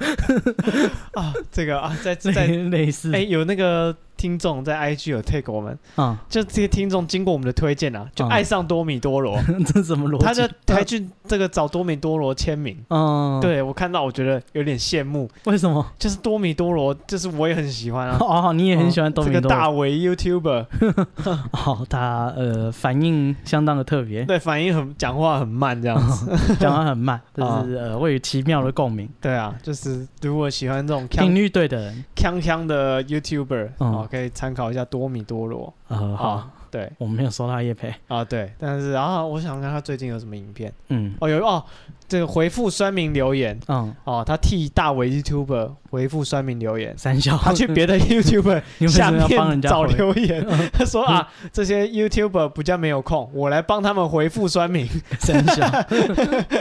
啊，这个啊，在在 类类似，哎、有那个听众在 IG 有 take 我们，嗯，就这些听众经过我们的推荐啊，就嗯爱上多米多罗， 这什 么逻辑？他就还 去这个找多米多罗签名。嗯，，对我看到，我觉得有点羡慕，为什么？就是多米多罗，就是我也很喜欢啊。哦， 你也很喜欢多米这个多大罗，为 YouTuber，哦，他呃反应相当的特别，对，反应很，讲话很慢这样子。 讲话 很慢，哦就是呃会有奇妙的共鸣。对啊，就是如果喜欢这种频锵率对的人，锵锵的 YouTuber，嗯哦，可以参考一下多米多罗。呃好啊，，对我没有收到叶佩，啊，对，但是啊，我想看他最近有什么影片。嗯哦，有哦，这个回复酸民留言嗯，哦，他替大为 YouTuber 回复酸民留 言，三笑，他去别 的 YouTuber 你为下什么要帮人面家找回嗯留 言，他说啊，这些 YouTuber 比较没有空，我来帮他们回复酸 民。三笑，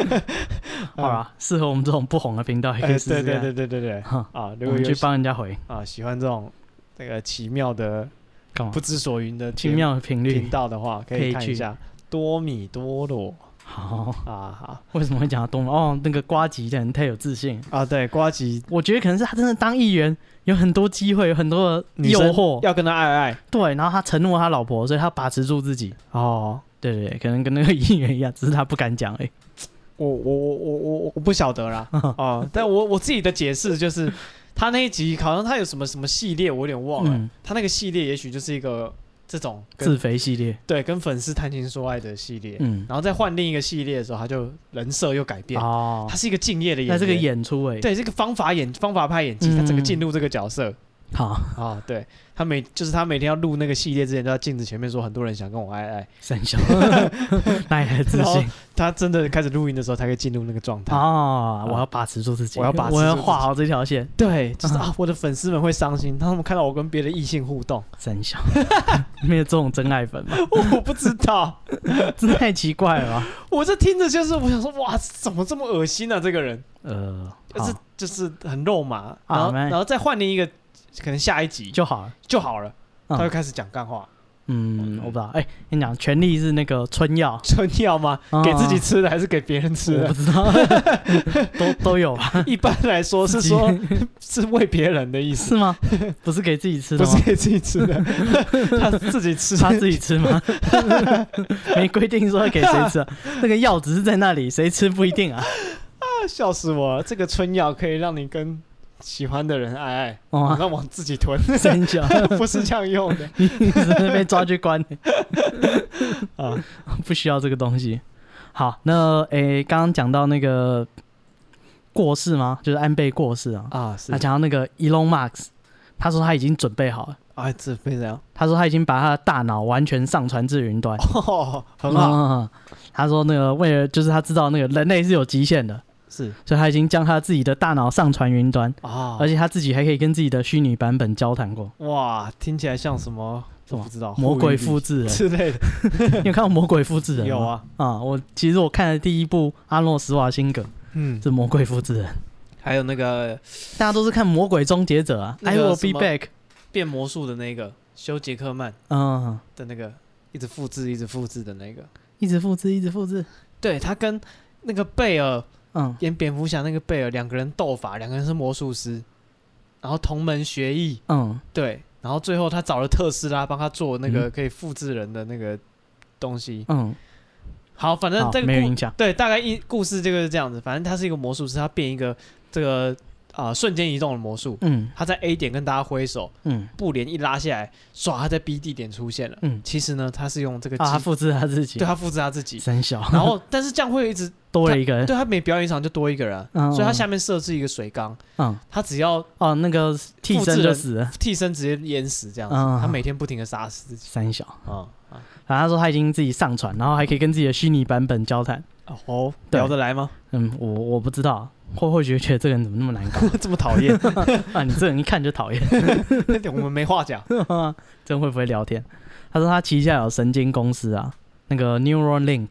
好啦，适合我们这种不红的频道也嗯可哎以试对试对看对，对对对哈啊，我如果们有去帮人家回，啊喜欢这种那个奇妙的干嘛不？知所云的节奇目妙的频率频，道的话，可可以以看一去下多米多罗好，啊好为什么会讲到东了？哦，那个瓜吉的人太有自信了。啊，对，瓜吉我觉得可能是他真的当议员有很多机会，有很多的女诱生惑，要跟他爱爱对，然后他承诺他老婆，所以他把持住自己。哦。对对对，可能跟那个议员一样，只是他不敢讲而已。 啊我我我我我我不晓得啦哦，但我我自己的解释就是，他那一集好像他有什么什么系列，我有点忘了。嗯，他那个系列也许就是一个这种自哦跟肥系列，对跟粉丝谈情说爱的系列，嗯，然后再换另一个系列的时候，他就人设又改变。哦他，是一个敬业的演员，那这个演出哎，，对这个方法演方法派演技，嗯他整个进入这个角色好，啊，对他每就是他每天要录那个系列之前，都要镜子前面说很多人想跟我爱爱，三 小，那也很自然后信他真的开始录音的时候才可以进入那个状态。哦，我要把持住自己，我要把持住我要自己画好这条线，对，嗯就是啊，我的粉丝们会伤心，当他们看到我跟别的异性互 动，三小，没有这种真爱粉吗？ 我不知道，真的太奇怪了吧，我这听着就是我想说，哇，怎么这么恶心啊？这个人呃，就是好就是很肉麻，然后啊没然后再换另一个，可能下一集就就好了，就好了，嗯他会开始讲干话，嗯，我不知道，哎，跟你讲，权力是那个春药，春药吗？啊给自己吃的还是给别人吃我的不？知道， 都都有吧？一般来说是自己说 是喂别人的意思，是吗？不是给自己吃不的吗是？给自己吃 的，他自己吃，他自己吃吗？ 没规定说要给谁吃、啊，那个药只是在那里，谁吃不一定啊。笑死我了。这个春药可以让你跟喜欢的人爱爱，哦你，要往自己吞，真假？ 不是这样用的你你是不是被抓去关、 啊。不需要这个东西。好，那诶，刚刚讲到那个过世吗？就是安倍过世啊。啊，是他讲到那个 Elon Musk，他说他已经准备好了，啊，这非常他说他已经把他的大脑完全上传至云端。哦， 很好，嗯嗯嗯他说那个为了就是他知道那个人类是有极限的，是所以他已经将他自己的大脑上传云端，啊而，且他自己还可以跟自己的虚拟版本交谈过。哇，听起来像什么？什我么不知道，魔鬼护复翼制人，之类的，你有看过魔鬼复制人 吗？有。啊，啊、我其实我看的第一部阿诺·施瓦辛格嗯，是《魔鬼复制人》，还有那个大家都是看《魔鬼终结者》啊，《那 I 个 Will 什 Be 么 Back》。变魔术的那个修杰克曼嗯，的那个，一直复制一直复制的那个，一直复制，一直复制。对他跟那个贝尔嗯，演蝙蝠侠那个贝尔两个人斗法，两个人是魔术师，然后同门学艺，嗯，对，然后最后他找了特斯拉帮他做那个嗯可以复制人的那个东西。嗯，好，反正好这个没有故影响。对，大概一故事这个是这样子，反正他是一个魔术师，他变一个这个啊、呃瞬间移动的魔术，嗯他在 A 点跟大家挥手，嗯，布帘一拉下来，唰他在 B 地点出现了。嗯其实呢，他是用这个啊，他哦技，复制他自己对，他复制他自 己，三小，然后但是这样会一 直多了一个人。对他每表演一场就多一个人啊，嗯所以他嗯下面设置一个水缸，嗯，他只要哦，那个替复制身就人死了。替身直接淹死这样子，嗯他每天不停的杀死自己三小，啊、啊然后他说他已经自己上传，然后还可以跟自己的虚拟版本交谈。哦，对聊得来吗？ 嗯，我我不知道，或或许觉得这个人怎么那么难搞这么讨 厌， 啊？你这个人一看就讨厌，我 们没话讲。真会不会聊天？他说他旗下有神经公司啊，那个 Neuralink，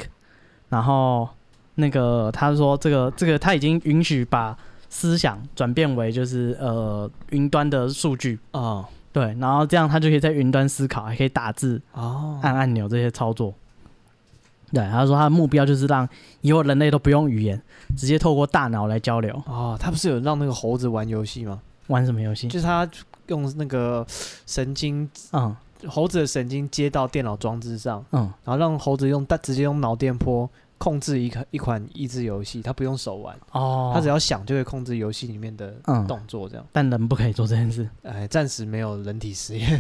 然后那个他说这个这个他已经允许把思想转变为就是呃云端的数据，哦对，然后这样他就可以在云端思考，还可以打字、哦按按钮这些操作。对，他说他的目标就是让以后人类都不用语言，直接透过大脑来交流。哦，他不是有让那个猴子玩游戏吗？玩什么游戏？就是他用那个神经，嗯猴子的神经接到电脑装置上，嗯，然后让猴子用但直接用脑电波控制一款一款益智游戏，他不用手玩，哦，他只要想就可以控制游戏里面的嗯，动作这样。但人不可以做这件事。哎，暂时没有人体实验。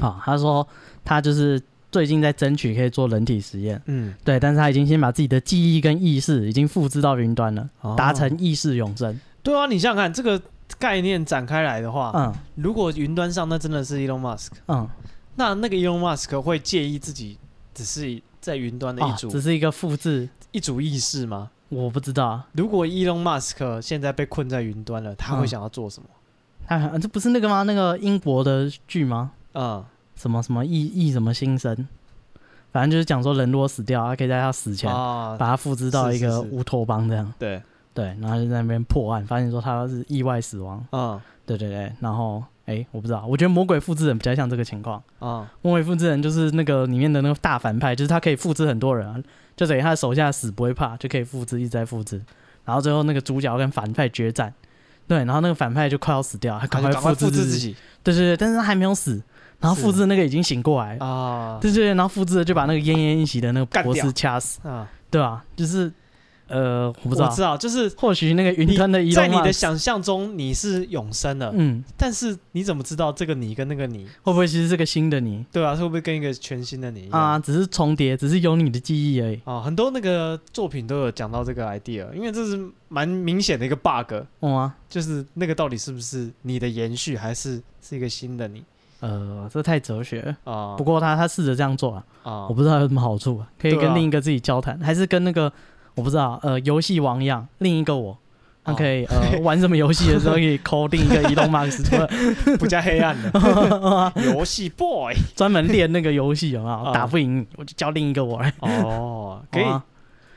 好、啊他说他就是最近在争取可以做人体实验， 嗯，对，但是他已经先把自己的记忆跟意识已经复制到云端了，哦达成意识永生。对啊，你想想看，这个概念展开来的话，嗯如果云端上那真的是 Elon Musk，嗯，那那个 Elon Musk 会介意自己只是在云端的一啊，组、只是一个复制，一组意识吗？我不知道，啊如果 Elon Musk 现在被困在云端了，嗯他会想要做什么？他啊这不是那个吗？那个英国的剧吗？嗯，什么什么意意什么新生，反正就是讲说人如果死掉，他可以在他死前。啊，把他复制到是一是个是乌托邦这样，对，对，然后就在那边破案，发现说他是意外死亡，嗯对对对，然后哎，我不知道，我觉得魔鬼复制人比较像这个情况。嗯，魔鬼复制人就是那个里面的那个大反派，就是他可以复制很多人、啊，就等于他的手下死不会怕，就可以复制一直在复制。然后最后那个主角跟反派决战，对，然后那个反派就快要死掉，他他赶就快赶快制复制自己，己对对对，但是他还没有死，然后复制那个已经醒过来，啊对对对，然后复制的就把那个奄奄一息的那个博干掉士掐死，啊！对吧、啊？就是呃，我不知我道，知道，就是或许那个云端的移动在你的想象中你是永生的，嗯，但是你怎么知道这个你跟那个你，会不会其实是个新的你对啊，会不会跟一个全新的你一样？啊？只是重叠，只是有你的记忆而已。哦，很多那个作品都有讲到这个 idea，因为这是蛮明显的一个 bug，哦、啊，就是那个到底是不是你的延续，还是是一个新的你呃，这太哲学了。啊？不过他他试着这样做啊，啊我，不知道有什么好处啊，可以对啊跟另一个自己交谈，还是跟那个我不知道呃游戏王一样，另一个我，他哦可以、呃 玩什么游戏的时候 可以抠另一个移动 max 出来，不加黑暗 的游戏 boy 专门练那个游戏有没有？哦打不赢你我就叫另一个我来。哦，可以好，啊，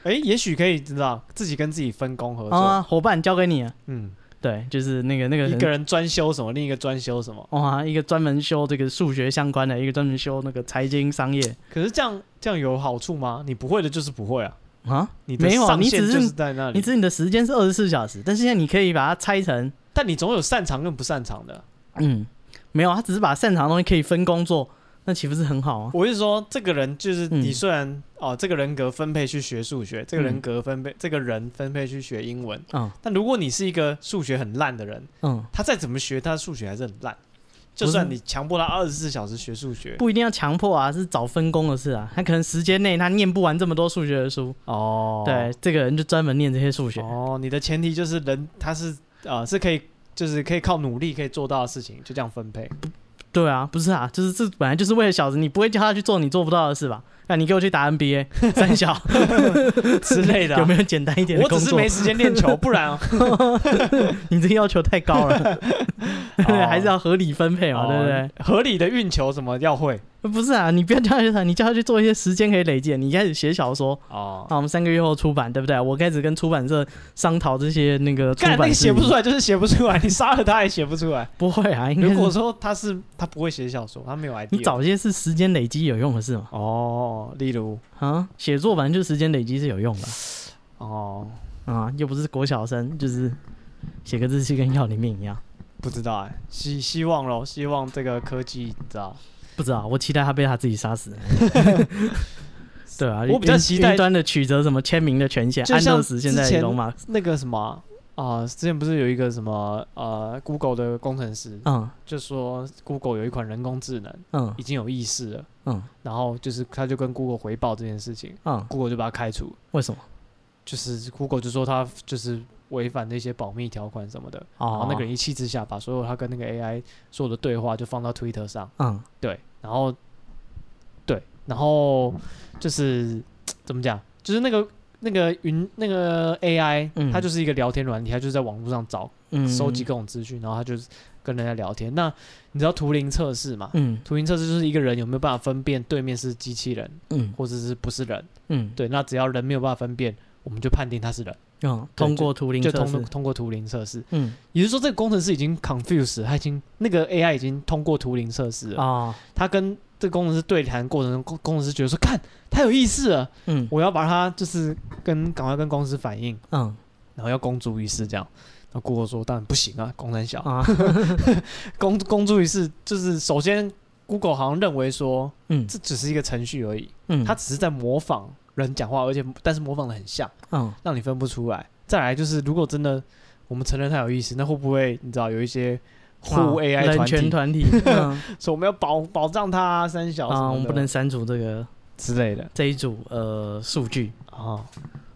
哎，也许可以知道自己跟自己分工合好作，啊，伙伴交给你啊。嗯，对，就是那个那个一人个人专修什么，另一个专修什么。哇，一个专门修这个数学相关的，一个专门修那个财经商业可是这样这样有好处吗？你不会的就是不会啊，啊。你的没有啊上你限只是就是在那里，你只你的时间是二十四小时，但是现在你可以把它拆成，但你总有擅长跟不擅长的。嗯，没有，他只是把擅长的东西可以分工作，那岂不是很好啊？我是说，这个人就是嗯你，虽然、哦，这个人格分配去学数学，这个人格分配，这个人分配去学英文。嗯但如果你是一个数学很烂的人，嗯，他再怎么学，他数学还是很烂。就不是算你强迫他二十四小时学数学，不一定要强迫啊，是找分工的事啊。他可能时间内他念不完这么多数学的书，哦对，，这个人就专门念这些数学。 哦，你的前提就是人他是呃是可以，就是可以靠努力可以做到的事情，就这样分配。对啊，不是啊，就是这本来就是为了小子，你不会叫他去做你做不到的事吧？那你给我去打 NBA 三 小 之类的啊有没有简单一点的我工只是作？没时间练球，不然、哦、你这个要求太 高了， 对，哦还是要合理分配嘛，对不对？哦合理的运球什么要会不是啊，你不要叫他去打，你叫他去做一些时间可以累积的。你开始写小说， 哦。啊，我们三个月后出版，对不对？我开始跟出版社商讨这些那个出干那版个写不出来，来就是写不出来，你杀了他也写不出来。不会啊，应该如果是说他是他不会写小说，他没有 idea。你找一些是时间累积有用的事嘛。哦，例如啊，写作反正就是时间累积是有用的哦，啊，又不是国小生，就是写个字是跟要你命一样。不知道哎、希希望咯，希望这个科技，你知道，不知道，我期待他被他自己 杀死。对啊，我比较云期待云端的曲折什么签名的权限，就安像乐死现之在前龙马，那个什么啊、之前不是有一个什么呃，Google 的工程师嗯就说 Google 有一款人工智能嗯已经有意识了，嗯然后就是他就跟 Google 回报这件事情嗯， ，Google 就把它开除，为什么？就是 Google 就说他就是违反那些保密条款什么的，然哦后，那个人一气之下把所有他跟那个 AI 所有的对话就放到 Twitter 上，嗯对，然后对，然后就是怎么讲，就是那个那个云那个 AI，、嗯它就是一个聊天软体，它就是在网络上找嗯，收集各种资讯，然后它就是跟人家聊天。那你知道图灵测试嘛？嗯图灵测试就是一个人有没有办法分辨对面是机器人嗯或者是不是人，嗯，对，那只要人没有办法分辨，我们就判定他是人，嗯，对通过图灵就测试通，通过图灵测试。嗯也就是说，这个工程师已经 confused，他已经那个 AI 已经通过图灵测试了，哦，他跟这个工程师对谈过程中，工工程师觉得说，看太有意思了，嗯我要把它就是跟赶快跟公司反映，嗯然后要公诸于世这样。那 Google 说，当然不行啊，工程小， 啊公公诸于世就是首先 Google 好像认为说嗯这只是一个程序而已，嗯，它只是在模仿人讲话，而且但是模仿的很像，嗯让你分不出来。再来就是，如果真的我们承认它有意思，那会不会你知道有一些护哇 AI 人团权体，团体 嗯所以我们要保保障它、啊、三小什么啊，我们的不能删除这个之类的这一组呃数据，哦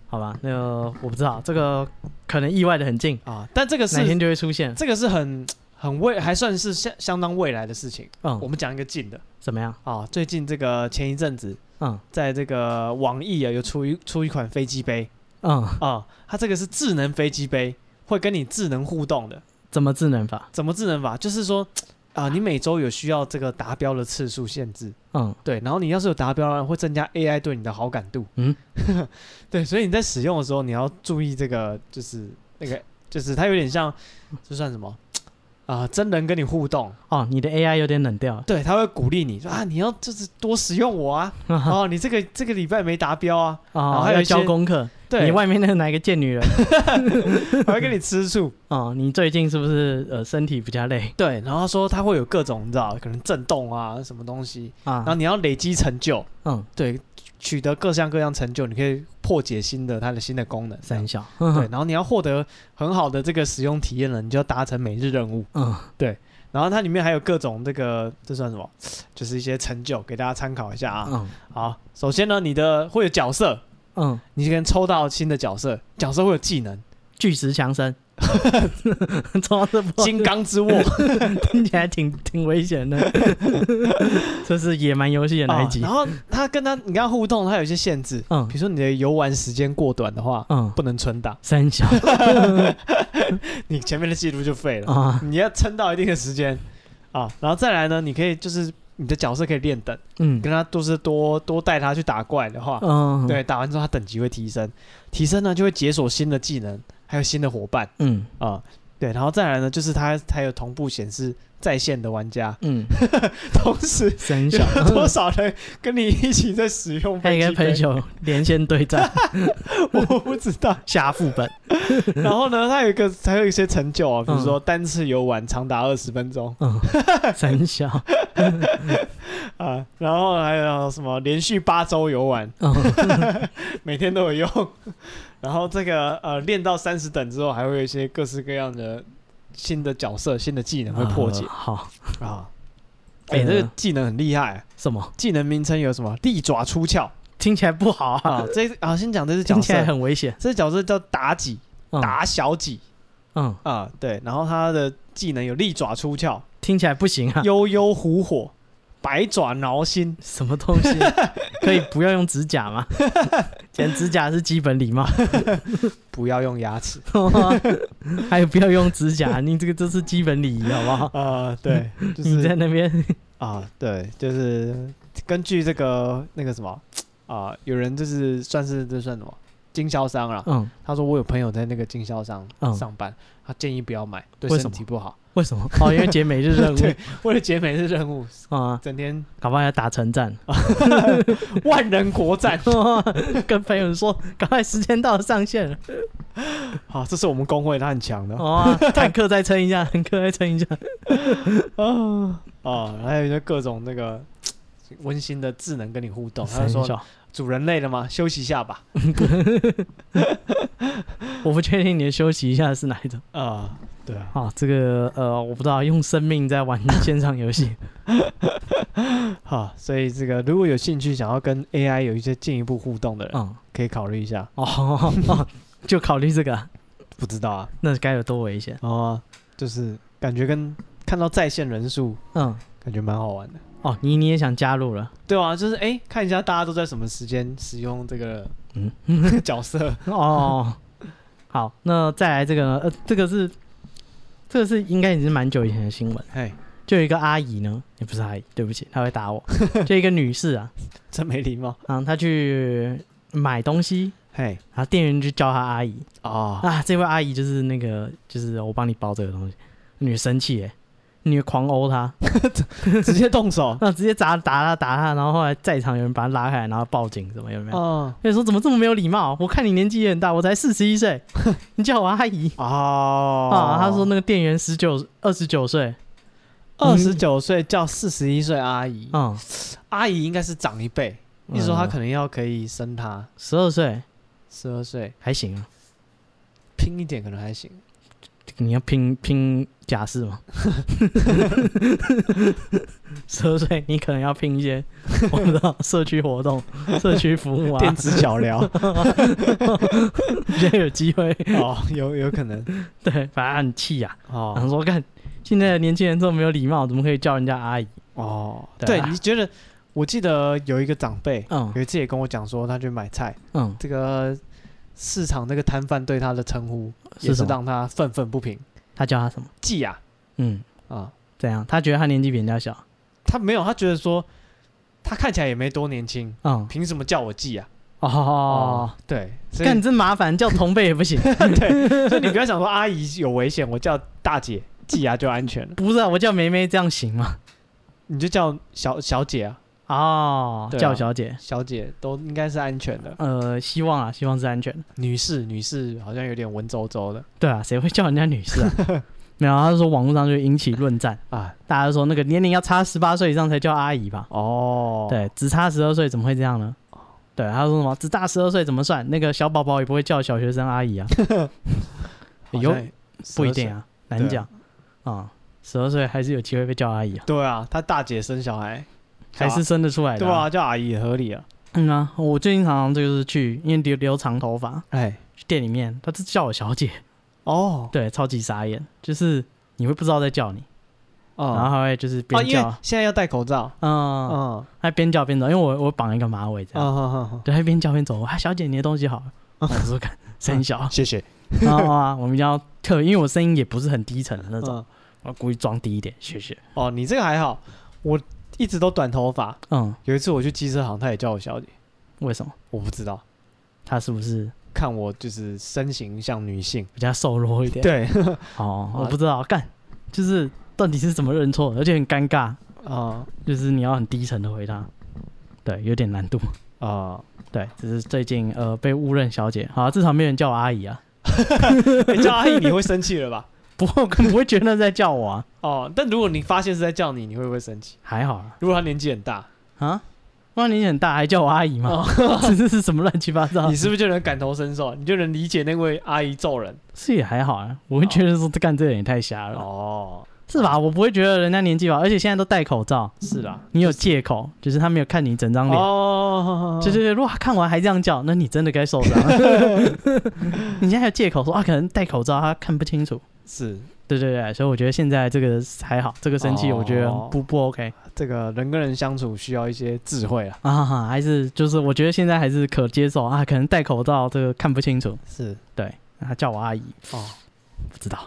好吧？那个我不知道，这个可能意外的很近，啊，但这个哪天是就会出现。这个是很很未，还算是相相当未来的事情。我嗯，们讲一个近的怎么样？啊，最近这个前一阵子，嗯在这个网易啊有出一出一款飞机杯嗯，啊，它这个是智能飞机杯，会跟你智能互动的。怎么智能法？怎么智能法？就是说啊、你每周有需要这个达标的次数限制，嗯对，然后你要是有达标的话，会增加 AI 对你的好感度。嗯， 对，所以你在使用的时候，你要注意这个，就是那个，就是它有点像，这算什么？啊、真人跟你互动，哦，你的 AI 有点冷掉了。 对，他会鼓励你说啊，你要就是多使用我啊，哦，你这个这个礼拜没达标啊，后哦，还有要一些交功课。对 你，外面那个哪个贱女人？ 还会跟你吃醋，哦，你最近是不是呃身体比较累对，然后他说他会有各种你知道，可能震动啊什么东西，然后啊？你要累积成就，嗯对，取得各项各样成就，你可以破解新的它的新的功能。三小，对，对，然后你要获得很好的这个使用体验了，你就要达成每日任务。 嗯，然后它里面还有各种这个这算什么？就是一些成就给大家参考一下啊。嗯，好，首先呢，你的会有角色，嗯，你可能抽到新的角色，角色会有技能，巨石强森， 从这波金刚 之握听起来挺挺危 险的，这是野蛮游戏的那一啊。集然？后它跟它你跟它互动，它有一些限制，嗯比如说你的游玩时间过短的话，嗯，不能存档，三小你前面的记录就废了。 啊，你要撑到一定的时间啊，然后再来呢，你可以就是你的角色可以练等，嗯跟他都是多多带他去打怪的话，嗯，对，，打完之后他等级会提升，提升呢就会解锁新的技能，还有新的伙伴嗯啊。对，然后再来呢，就是它它有同步显示在线的玩家， 嗯，同 时 三小，有多少人跟你一起在使 用他飞应该机杯朋？友连线 对战我不知 道。下副本，然后呢，它有一个还有一些成就啊，比如嗯说单次游玩长达二十分钟， 嗯，三小，啊，然后还有什么连续八周游玩，嗯每天都有用。 然后这个呃，练到三十等之后，还会有一些各式各样的新的角色、新的技能会破解呃好，啊。哎、这个技能很厉害，什么？技能名称有什么？利爪出 鞘听起来不好啊啊，，这啊，先讲这只角听起来色，很危险。这只角色叫妲己，嗯妲小己嗯，啊，对。然后他的技能有利爪出鞘、听起来不行啊，悠悠虎火、百爪挠心。什么东 西？可以不要用指甲吗？ 剪指甲是基本礼貌，不要用牙齿 还有不要用指甲，你这个这是基本礼仪，好不好？啊，对，就是 你在那边 啊，对，就是根据这个那个什么啊，有人就是算是这算什么经销商啦，嗯，他说我有朋友在那个经销商嗯上班，他建议不要买，对为身什么体不好。为什么？哦，因为解每日 任对务为了解每日任务，啊，整 天搞不好要打城战，哦万人国战。跟朋友说，赶快时间到了上线了。好，这是我们工会，他很强的哦啊，坦克再撑一下， 坦克再撑一下。啊啊，还有一些各种那个。温馨的智能跟你互动，他就说小，主人累了吗？休息一下吧。我不确定你的休息一下是哪一种。啊、对啊，啊，这个呃，我不知道，用生命在玩线上 游戏。好，所以这个如果有兴趣想要跟 AI 有一些进一步互动的人，嗯，可以考虑一下。哦哦，哦 就考虑这个啊，不知道啊，那该有多危险。哦，就是感觉跟看到在线人数，嗯，感觉蛮好玩的。哦，你你也想加入了？对啊，就是哎、诶看一下大家都在什么时间使用这个嗯 角色哦，好，那再来这个呢？呃，这个是，这个是应该已经蛮久以前的新闻。嘿，就有一个阿姨呢，也不是阿姨，对不起，她会打我。就一个女士啊，真没礼貌。然后她去买东西，嘿，然后店员就叫她阿姨哦，啊。这位阿姨就是那个，就是我帮你包这个东西。女生气哎，女狂殴她，。直接动手 那直接砸打她打她，然后后来在场有人把她拉开来，然后报警，怎么有没有？哦那、说怎么这么没有礼貌？我看你年纪也很大，我才四十一岁，你叫我阿啊姨哦，啊？她说那个店员十九二十九岁，二十九岁叫四十一岁阿姨，嗯，阿姨应该是长一辈，一说她可能能要可以生她十二岁十二岁，还行啊，拼一点可能还行。你要拼拼假释 吗？十二岁，你可能要拼一 些，我不知道社区活动、社区服务 啊电， 子小聊比较有机会。哦，有有可能对，反正很气啊，哦想说看现在的年轻人这么没有礼貌，怎么可以叫人家阿姨？哦，对对，啊你觉得？我记得有一个长辈，嗯有一次也跟我讲说，他去买菜，嗯，这个市场那个摊贩对他的称呼也是是什么让他愤愤不平，他叫他什么？季啊嗯，啊，怎样？他觉得他年纪比人家小。他没有，他觉得说他看起来也没多年轻，嗯，凭什么叫我季啊？哦哦，，对，所以 干你真麻烦，叫同辈也不行。 对，所以你不要想说阿姨有危险，我叫大姐季啊就安全了，不是啊，我叫梅梅这样行吗？你就叫小小姐啊， 哦，对啊叫小姐。小姐都应该是安全的，呃，希望啊，希望是安全的。女士女士好像有点文绉绉的对啊，谁会叫人家女士啊？ 没有，他就说网络上就引起论 战，啊，大家都说那个年龄要差十八岁以上才叫阿姨吧？哦，对，只差十二岁怎么会这样呢？对，他说什么只大十二岁怎么算？那个小宝宝也不会叫小学生阿 姨啊，有哎不一定啊。啊，难讲啊。十二岁还是有机会被叫阿姨啊，对啊，他大姐生小孩，还是生得出来的、对啊，，叫阿姨也合理啊。嗯啊，我最近常常就是去，因为留留长头发，哎，去店里面，他就叫我小姐， 哦，对，超级傻眼，就是你会不知道在叫你，然后哦，还会就是啊，边因为叫，现在要戴口罩。嗯，嗯还边叫边走，因为我我绑一个马尾这嗯样，嗯对，还边叫边走，啊，小姐你的东西好了，哦我说看声小 嗯，，谢谢。然后啊，我们要特，因为我声音也不是很低沉的那种，嗯，我故意装低一点，谢谢，哦，你这个还好，我一直都短头发。嗯，有一次我去机车行，他也叫我小姐，为什么？我不知道，他是不是看我就是身形像女性。比较瘦弱一 点？对，哦，啊我不知道，干，就是到底是怎么认错的，而且很尴尬，啊就是你要很低沉的回答，对，有点难度。啊，对，只是最近呃被误认小姐，好、啊至少没人叫我阿姨啊， 哎叫阿姨你会生气了吧？不过我更不会觉得那是在叫我啊， 哦，但如果你发现是在叫你，你会不会生气？还好啊，如果他年纪很大，啊，哇，你很大还叫我阿姨吗？ 这这是什么乱七八糟哦你？是不是就能感同身受？你就能理解那位阿姨揍人是也还好啊，我会觉得说干这个人也太瞎了，哦？是吧？我不会觉得人家年纪吧，而且现在都戴口罩，是啦，你有借口，就是他没有看你整张脸。哦，就是如果他看完还这样叫，那你真的该受伤。 你现在还有借口说啊，可能戴口罩他看不清楚。是对对对，所以我觉得现在这个还好，这个生哦气我觉得不、不 OK 这个人跟人相处需要一些智慧啊。啊，哈，还是就是我觉得现在还是可接受啊，可能戴口罩这个看不清楚，是对，他叫我阿姨，哦不知道，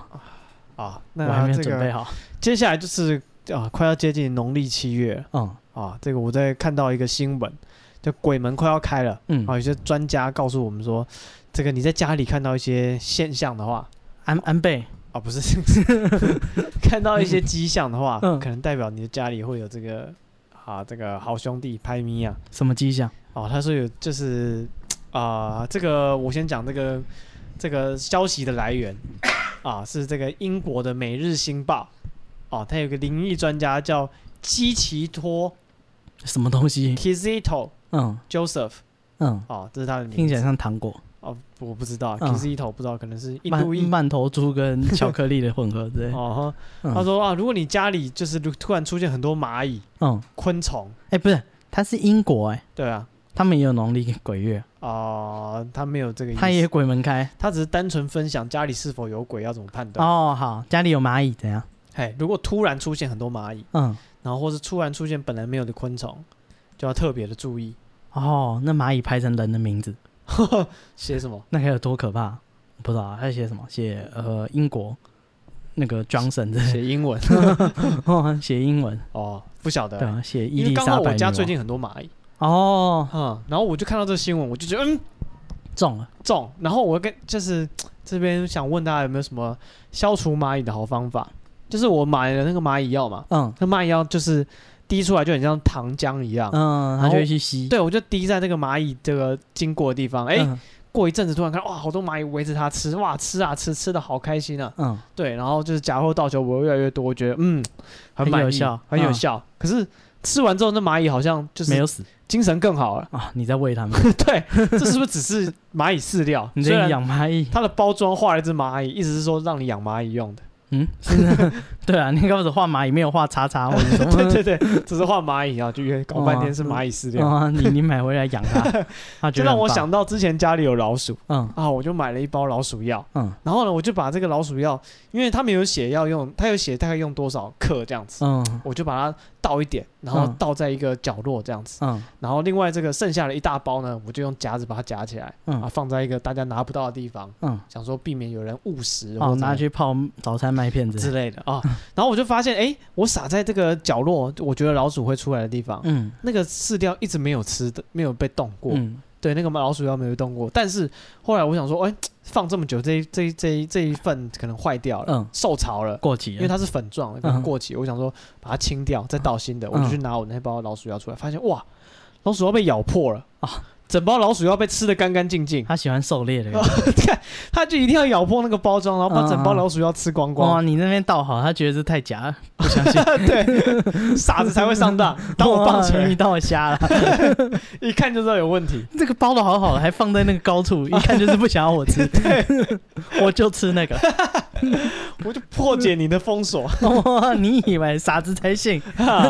啊，我还那没有这准备个好，接下来就是啊，快要接近农历七月了嗯啊，这个我在看到一个新闻，就鬼门快要开了嗯啊，有些专家告诉我们说，这个你在家里看到一些现象的话。安安倍，啊，不是， 看到 一些迹象的话，嗯可能代表你的家里会有这个啊，这个好兄弟拍咪啊。什么迹象？哦，他说有，就是啊、这个我先讲这个这个消息的来源啊，是这个英国的《每日星报》哦，他有个灵异专家叫基奇托什么东西？ Kizito 嗯 Joseph 嗯，哦，这是他的听名字起来像糖果，哦，我不知道、嗯 Kizito 不知道，可能是印曼度裔曼头猪跟巧克力的混合之类。哦。嗯他说啊，如果你家里就是突然出现很多蚂蚁、嗯，昆虫。哎，不是，他是英国哎，对啊，他们也有农历鬼月，啊、他没有这个意思，他也鬼门开。他只是单纯分享家里是否有鬼要怎么判断。哦，好，家里有蚂蚁怎样？嘿，如果突然出现很多蚂蚁，嗯，然后或是突然出现本来没有的昆虫，就要特别的注意。 哦，那蚂蚁拍成人的名字，写什 么？那该有多可怕？不知道啊他写什么？写呃英国那个 Johnson 的，写英文 哦写英文，哦，不晓对得。啊，写伊因为丽刚莎好白我女家最王近很多蚂蚁，哦嗯，然后我就看到这个新闻，我就觉得嗯中了，中，然后我跟就是这边想问大家有没有什么消除蚂蚁的好方法？就是我买了那个蚂蚁药嘛，嗯那蚂蚁药就是滴出来就很像糖浆一样，嗯，他然就后会去吸，对，我就滴在那个蚂蚁这个经过的地方。哎、嗯过一阵子突然看，哇，好多蚂蚁围着它吃，哇，吃啊吃，吃的好开心啊。嗯，对，然后就是假货到球，我越来越多，我觉得嗯，很很满有意效很有嗯效。可是吃完之后，那蚂蚁好像就没是有死精神更 好了。啊，你在喂他 们，对，这是不是只是蚂蚁饲料？ 你虽在然养蚂蚁，它的包装画了一只蚂蚁，意思是说让你养蚂蚁用的。嗯，是的，对啊，你 刚开始画蚂蚁没有画叉叉或者什么，对对对，只是画蚂蚁啊，就越搞半天是蚂蚁饲料，啊，你你买回来 养它，它就觉得让很我棒想，到之前家里有老鼠嗯啊，我就买了一包老鼠药。嗯然后呢，我就把这个老鼠药，因为他们有写要用，他有写大概用多少克这样子，嗯我就把它倒一点，然后嗯倒在一个角落这样子。嗯然后另外这个剩下的一大包呢，我就用夹子把它夹起来，啊，嗯放在一个大家拿不到的地方，嗯，想说避免有人误食或哦，者拿去嗯泡早餐麦片之子，类的啊。然后我就发现，哎，我撒在这个角落，我觉得老鼠会出来的地方。嗯那个饲料一直没有吃的，没有被动过，嗯对，那个老鼠药没有被动过。但是后来我想说，哎，放这么久，这一这一这一这一份可能坏掉了，嗯，受潮了，过期因了，为它是粉状，可能过嗯期，我想说把它清掉，再倒新的，我就去拿我那包老鼠药出来，发现哇，老鼠药被咬破了啊，整包老鼠药被吃的干干净净，他喜欢狩猎的感觉。他就一定要咬破那个包装，然后把整包嗯嗯老鼠药吃光光。哇，你那边倒好，他觉得这太假了，不相信。 对，傻子才会上 当，当我棒哇你槌，当我瞎了。哎一看就知道有问题。这个包的好好的，还放在那个 高处，一看就是不想要我吃， 我就吃 那个。我就破解你的封 锁，哇，你以为傻子才信？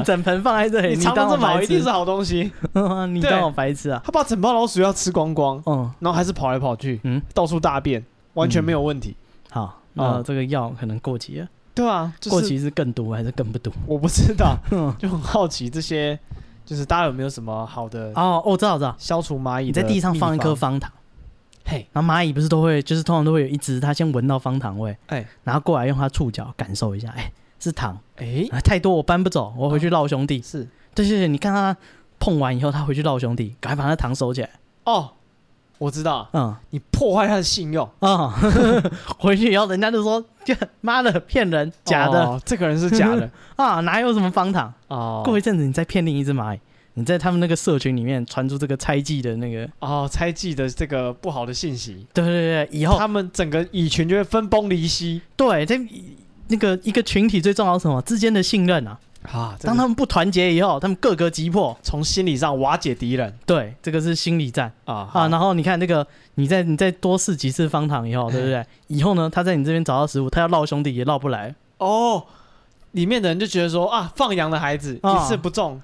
整盆放在这里，啊你你藏的当这我么好，白一定痴是？好东西。哇你对当我白痴啊？他把整包老鼠药吃光光，嗯然后还是跑来跑去，嗯，到处大便，完全嗯没有问题。好，嗯那这个药可能过期了，对啊，就是、过期是更毒还是更不毒？我不知道， 嗯就很好奇这些，就是大家有没有什么好的哦，我知道，我知道。消除蚂蚁你的在地上秘放一颗方，方糖，嘿，然后蚂蚁不是都会，就是通常都会有一只，它先闻到方糖味，哎然后过来用它触角感受一下，哎，是糖，哎，啊太多我搬不走，我回去绕兄弟。是对对对，你看它碰完以后，它回去绕兄弟，赶快把那糖收起来。哦，我知道，嗯你破坏他的信用，啊， 回去以后人家就说， 这妈的骗人，假的、哦，这个人是假 的啊，哪有什么方糖？哦，过一阵子你再骗另一只蚂蚁，你在他们那个社群里面传出这个猜忌的那个，哦，猜忌的这个不好的信息，对对对，以后他们整个蚁群就会分崩离析对这那个一个群体最重要是什么？之间的信任啊。啊，当当他他们不团结以后，他们各个击破。从心理上瓦解敌人对，这个是心理战啊啊。好然后你看那个，你再你再多试几次方糖以后，对不对？以后呢，他在你这边找到食物，他要闹兄弟也闹不来。哦，里面的人就觉得说啊，放羊的孩子啊一次不中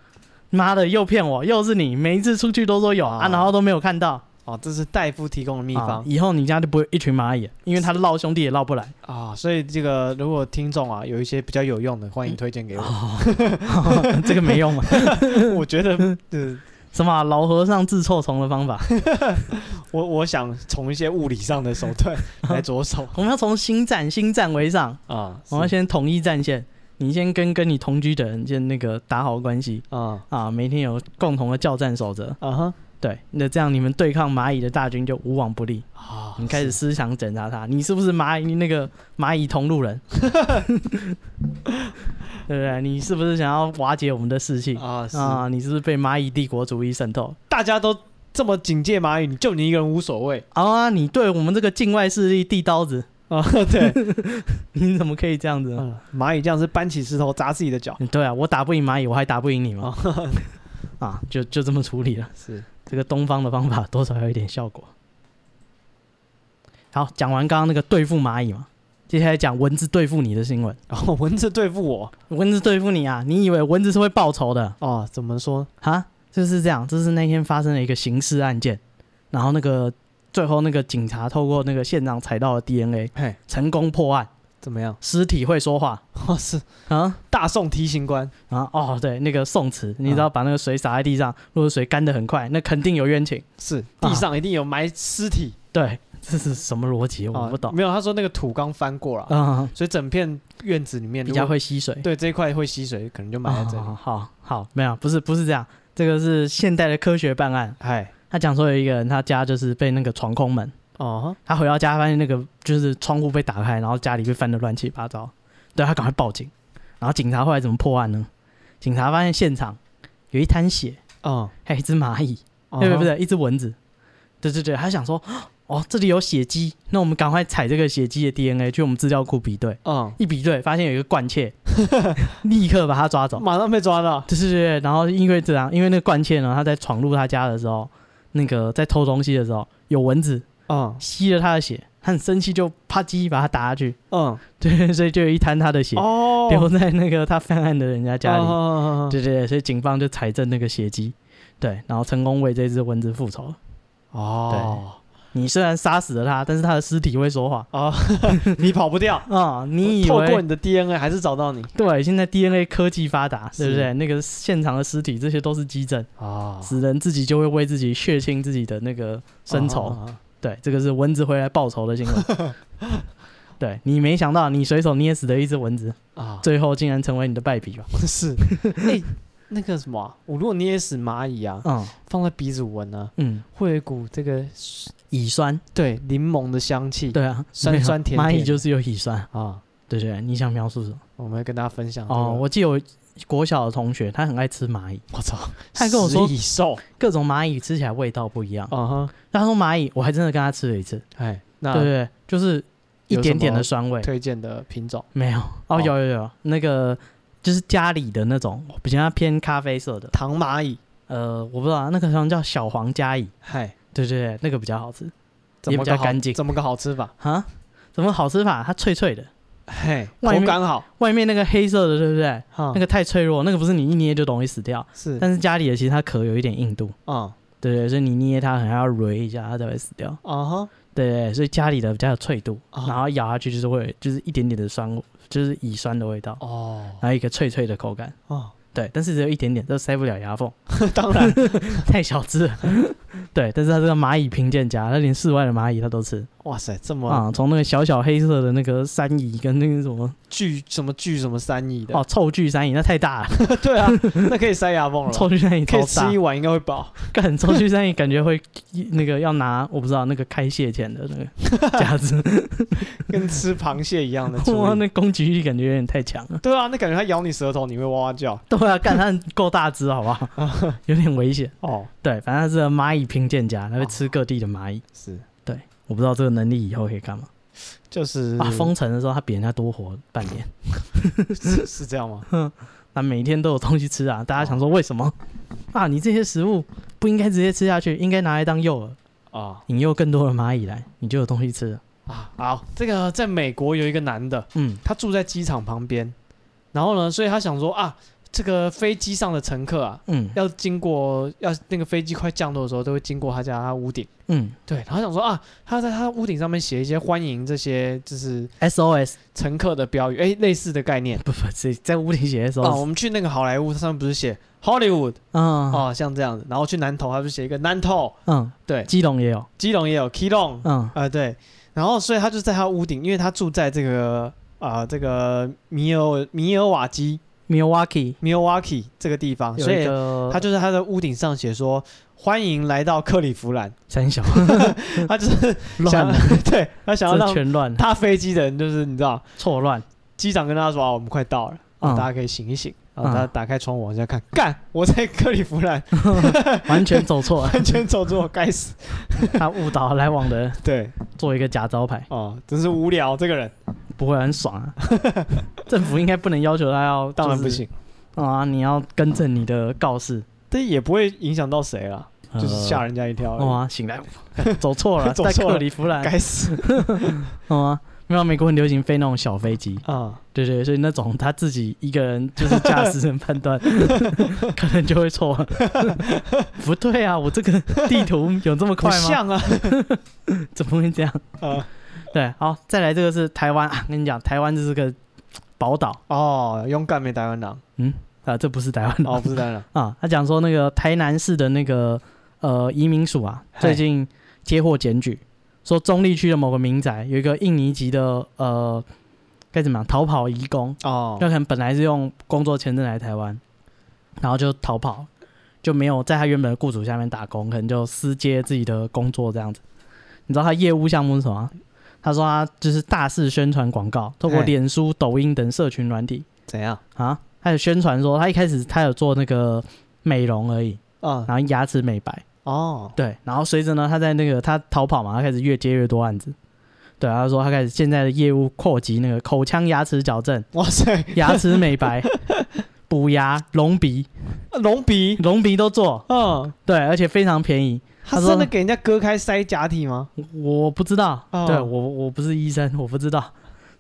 妈的，又骗我，又是你！每一次出去都说有啊，啊然后都没有看到。哦，这是大夫提供的秘啊方以后你家就不会一群蚂 蚁了，因为他闹兄弟也闹不来。啊，所以这个如果听众啊有一些比较有用的，欢迎推荐给我。哦，这个没用嘛？我觉 得，呃，什么啊老和尚治臭虫的方法？ 我我想从一些物理上的手段来着手我们要从心战，心战为上，啊，我们要先统一战线。你先跟跟你同居的人先那个打好关系啊啊，每天有共同的教战守则。啊哈对，那这样你们对抗蚂蚁的大军就无往不利。啊，你开始思想检查他，你是不是蚂蚁那个蚂蚁同路人？对不对？你是不是想要瓦解我们的士气？啊是，啊、你是不是被蚂蚁帝国主义渗透？大家都这么警戒蚂蚁，你就你一个人无所谓啊，你对我们这个境外势力递刀子，啊，对，你怎么可以这样子呢？嗯蚂蚁这样是搬起石头砸自己 的脚，嗯对啊，我打不赢蚂蚁，我还打不赢你吗？啊，就就这么处理了。 是这个东方的方法多少有一点效果。好，讲完刚刚那个对付蚂蚁嘛，接下来讲蚊子对付你的新闻。然后蚊子对付我蚊子对付你啊，你以为蚊子是会报仇的？哦，怎么说啊，就是这样，这是那天发生了一个刑事案件，然后那个最后那个警察透过那个现场采到的 DNA 嘿成功破案，怎么样？ 尸体会说话哦是啊大宋提刑官啊哦，对，那个宋词，嗯你知道把那个水洒在地上，如果水干得很快，那肯定有冤情。是地上一定有埋尸体，对， 这是什么逻辑？我啊不懂。没有，他说那个土刚翻过了，嗯，所以整片院子里面比如较果会吸水。对这一块会吸水，可能就埋在这里哦。好好，没有，不是不是这样，这个是现代的科学办案。嗨，他讲说有一个人，他家就是被那个闯空门。哦他回到家发现那个就是窗户被打开，然后家里被翻得乱七八糟，对他赶快报警。然后警察后来怎么破案呢？警察发现现场有一滩血，哦，还有一只蚂蚁，嗯对不对？一只蚊子。对对对，他想说，哦，这里有血迹，那我们赶快采这个血迹的 DNA 去我们资料库比对，嗯，一比对发现有一个惯窃， 立刻把他抓 走。嗯马上被抓到对对对，然后因为这样，因为那个惯窃呢，他在闯入他家的时候，那个在偷东西的时候有蚊子，嗯吸了他的血，他很生气，就啪叽把他打下去。 嗯，对，所以就有一滩他的血、哦，嗯留在那个他犯案的人家家里。里，对对对，所以警方就采证那个血迹，对，然后成功为这只蚊子复仇。哦你虽然杀死了它，但是它的尸体会说话哦， 你跑不掉，啊、你以哦透过为你的 DNA 还是找到你对？现在 DNA 科技发达，对不是对？那个现场的尸体，这些都是基证，啊死人自己就会为自己血清自己的那个深哦仇。对，这个是蚊子回来报仇的新闻。 对你没想到，你随手捏死的一只蚊子，啊，最后竟然成为你的败笔吧？这 是哎。那个什么啊，我如果捏死蚂蚁啊，嗯放在鼻子闻呢、啊，嗯，会有一股这个乙酸，对柠檬的香气。对啊，酸没有酸甜甜蚂蚁就是有乙酸，啊，对对，对你想描述什么？我们会跟大家分享这个。哦，我记得我国小的同学，他很爱吃蚂蚁，我操，他还跟我说食蚁兽各种蚂蚁吃起来味道不一样。啊哈，他说蚂蚁，我还真的跟他吃了一次，哎，那对对对，就是一有什点点么的酸味，推荐的品种没有。哦哦，有有有，那个就是家里的那种比较偏咖啡色的，糖蚂蚁，呃，我不知道那个好像叫小黄加蚁，嗨，对对对，那个比较好吃怎么也比较个好干净怎么个好吃法？啊？怎么好吃法？它脆脆的，嘿，口外面感好，外面那个黑色的，对不对？哈那，个太脆弱，那个不是你一捏就容易死掉。是，但是家里的其实它壳有一点硬度，嗯，对对，所以你捏它可能要揉一下，它才会死掉。啊哈，对对，所以家里的比较有脆度，哦然后咬下去就是会有就是一点点的酸，就是乙酸的味道，哦，然后一个脆脆的口感。哦， 对，但是只有一点点，都塞不了牙缝， 当然，太小只了。 对，但是它这个蚂蚁评鉴家，它连室外的蚂蚁它都吃哇塞，这么啊，从那个小小黑色的那个山蚁跟那个什么巨什么巨什么三亿的， 哦，臭巨山蚁，那太大了，对啊， 那可以塞牙缝了吧，臭巨山蚁可超以吃大一，碗应该会饱。 干臭巨山蚁感觉会那个要拿我不知道那个开蟹钳的 那个夹子，跟吃螃蟹一样的处哇，理。那攻击力感觉有点太强了。对啊，那感觉它咬你舌头，你会哇哇叫。对啊，干它够大只，好 不好？有点危险。哦，对，反正它是个蚂蚁评鉴家，它会吃各地的蚂蚁。是，我不知道这个能力以后可以干嘛就是啊？封城的时候，它比人家多活半年， 是 是这样吗？那每天都有东西吃啊。大家想哦说为什么啊？你这些食物不应该直接吃下去，应该拿来当诱饵，啊引诱更多的蚂蚁来，你就有东西吃了。啊，好，这个在美国有一个男的，嗯，他住在机场旁边，然后呢，所以他想说啊，这个飞机上的乘客啊，嗯要经过要那个飞机快降落的时候，都会经过他家屋顶。嗯对，然后想说啊，他在他屋顶上面写一些欢迎这些就是，SOS 乘客的标语，哎，类似的概念不不，谁在屋顶写啊。我 SOS？们去那个好莱坞，它上面不是写 Hollywood 嗯哦，像这样子，然后去南投，他就写一个南投，嗯，对，基隆也有，基隆也有 k i l o n 嗯啊，对，然后所以他就在他屋顶，因为他住在这个啊、这个米尔米尔瓦基，Milwaukee Milwaukee 这个地方，哦有所一以个他就在他的屋顶上写说欢迎来到克利夫 兰，三小他就是想乱了， 对他想要这让全乱了，搭飞机的人就是你知道错乱。机长跟他说啊我们快到了，啊 嗯大家可以醒一醒，然后他嗯打开窗户往下看，干我在克利夫兰，完全走错了，完全走错， 该死，他误导来往的人对，做一个假招牌，哦，真是无聊这个人，不会很爽 啊。政府应该不能要求他要，当然就不是行，啊！你要更正你的告示，但也不会影响到谁啦。呃就是吓人家一跳而已。哇！醒来，走错了， 走在错了克利夫兰，该死啊！没有，美国很流行飞那种小飞机，啊！对对，所以那种他自己一个人就是驾驶人判 断，可能就会错。 不对啊，我这个地图有这么不快吗？像啊！怎么会这样？啊对，好，再来这个是台湾啊， 跟你讲，台湾这是个宝岛，哦，勇敢没台湾狼啊，这不是台湾的、哦，不是台湾狼 啊。他讲说那个台南市的那个呃移民署啊，嗨最近接获检举，说中立区的某个民宅有一个印尼籍的呃该怎么样逃跑移工，哦那可能本来是用工作签证来台湾，然后就逃跑，就没有在他原本的雇主下面打工，可能就私接自己的工作这样子。你知道他业务项目是什么啊？他说他就是大肆宣传广告，透过嗨脸书、抖音等社群软体，怎样啊，他有宣传说他一开始他有做那个美容而已，啊？然后牙齿美白，哦对，然后随着呢他在那个他逃跑嘛，他开始越接越多案子，对，他说他开始现在的业务扩及那个口腔牙齿矫正、哇塞，牙齿美 白、补牙、隆鼻、隆鼻，隆鼻都做，嗯，对，而且非常便宜。他他是说真的给人家割开塞假体吗？我我不知道，哦对我我不是医生，我不知道。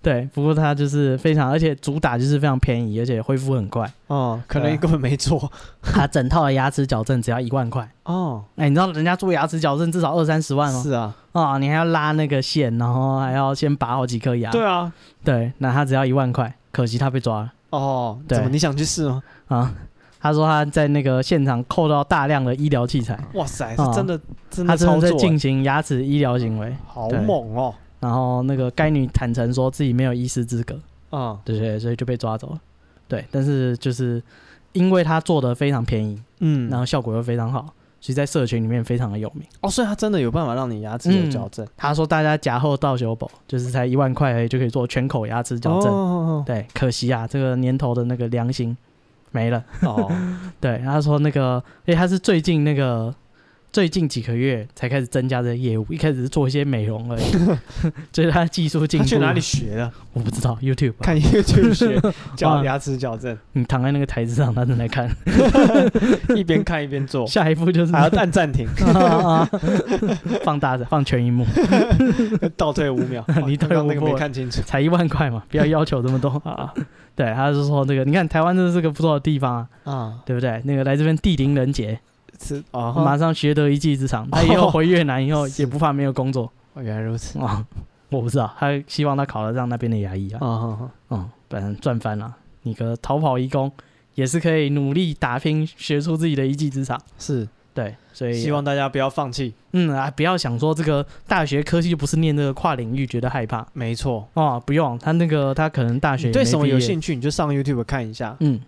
对，不过他就是非常，而且主打就是非常便宜，而且恢复很快。哦，可对能啊根本没做他整套的牙齿矫正只要一万块，哦，哎、你知道人家做牙齿矫正至少二三十万吗？是啊，啊、你还要拉那个线，然后还要先拔好几颗牙。对啊，对那他只要一万块，可惜他被抓了哦，对怎么你想去试吗？啊。他说他在那个现场扣到大量的医疗器材，哇塞，是哦真的真他的真操的在作欸，进行牙齿医疗行为。好对猛哦，然后那个该女坦诚说自己没有医师资格，嗯对对，所以就被抓走了。对，但是就是因为他做的非常便宜，然嗯，后效果又非常好，其实在社群里面非常的有名。哦，所以它真的有办法让你牙齿嗯有矫正，他说大家夹后到修补，就是才一万块而已就可以做全口牙齿矫正。哦对，可惜啊，这个年头的那个良心没了。哦，对，他说那个，因为他是最近那个最近几个月才开始增加这个业务，一开始是做一些美 容而已，就是他技术进他步。去哪里？学的？我不知道，YouTube 吧、看 YouTube 学矫牙齿矫正，你躺在那个台子上，他正在看。 一边看一边做，下一步就是哦还要按暂停，啊啊 放大的，放全荧幕，。倒退五 秒你刚退刚我那个步没看清楚才一万块嘛，不要要求这么多。啊对，他就说那个，你看台湾真的是个不错的地方啊，啊！对不对？那个来这边地灵人杰，是啊哈，马上学得一技之长，他以后回越南以后也不怕没有工作哦原来如此啊、我不知道，他希望他考得上那边的牙医啊啊，哈哈嗯，反正赚翻了。你个逃跑义工也是可以努力打拼，学出自己的一技之长。是对，所以希望大家不要放弃。嗯啊，不要想说这个大学科系就不是念这个跨领域，觉得害怕没错，哦，不用，他那个他可能大学你对也没什么有毕业兴趣，你就上 YouTube 看一下。嗯，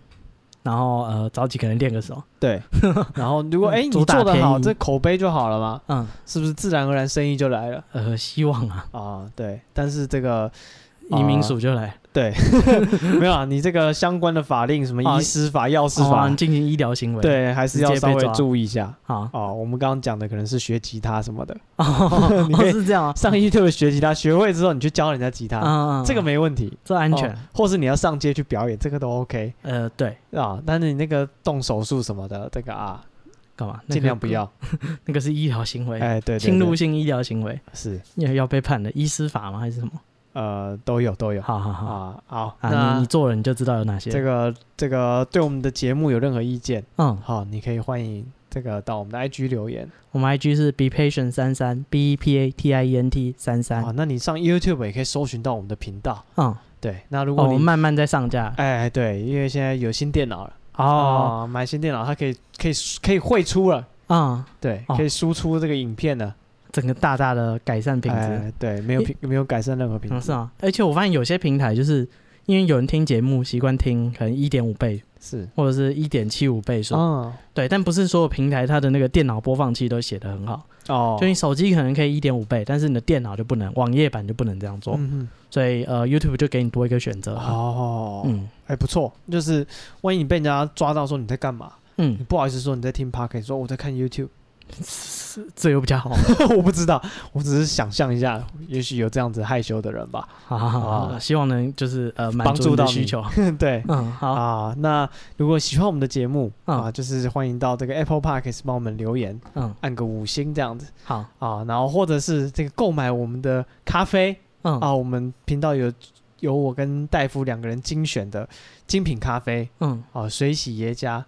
然后呃找几个人练个手，对， 然后 如果哎、你主打做得好，便宜这口碑就好了嘛，嗯是不是自然而然生意就来了呃希望啊，啊？对，但是这个 哦移民署就来。对没有啊，你这个相关的法令，什么啊医师法、药师哦法，你进行医疗行为。，对，还是直要接稍被微抓注意一下。 好，哦，我们刚刚讲的可能是学吉他什么的，哦你可以是这样 啊，上 YouTube 学吉他，学会之后你去教人家吉他，啊，这个没问题，这安全哦，或是你要上街去表演，这个都 OK 呃，对，啊。但是你那个动手术什么的，这个啊，干嘛？那个尽量不，要。那个是医疗行为，哎，对，对侵入对性医疗行为是要要被判的，医师法吗？还是什么？呃都有都有好好好啊。好，啊，你那你做了你就知道有哪些。这个这个对我们的节目有任何意见，嗯，好，你可以欢迎这个到我们的 IG 留言我们 IG 是 be patient 三三 b e p a t i e n t 三三啊。。那你上 YouTube 也可以搜寻到我们的频道。嗯，对，那如哦果我们你慢慢在上架。哎对，因为现在有新电脑了。哦，哦，买新电脑，它可以可以可以绘出了，嗯，对，哦可以输出这个影片的整个大大的改善品质。哎对，没有品没有改善任何品嗯，是质，啊，而且我发现有些平台就是因为有人听节目习惯听，可能一点五倍是或者是一点七五倍速，啊对，但不是所有平台它的那个电脑播放器都写得很好，哦，就你手机可能可以一点五倍，但是你的电脑就不能，网页版就不能这样做，嗯所以呃，YouTube 就给你多一个选择嗯，啊。哦，嗯哎不错，就是万一你被人家抓到说你在干嘛，你嗯，不好意思说你在听 p o d c a s t 说我在看 YouTube， 这又比 较好我不知道，我只是想象一下，也许有这样子害羞的人吧， 啊，希望能就是呃满帮足助你到的你 需求。对。嗯，好，啊，那如果喜欢我们的节目、嗯啊，就是欢迎到这个 Apple Podcast 帮我们留言，嗯，按个五星这样子。好，啊，然后或者是这个购买我们的咖啡嗯，啊，我们频道有有我跟戴夫两个人精选的精品咖啡嗯啊，水洗耶加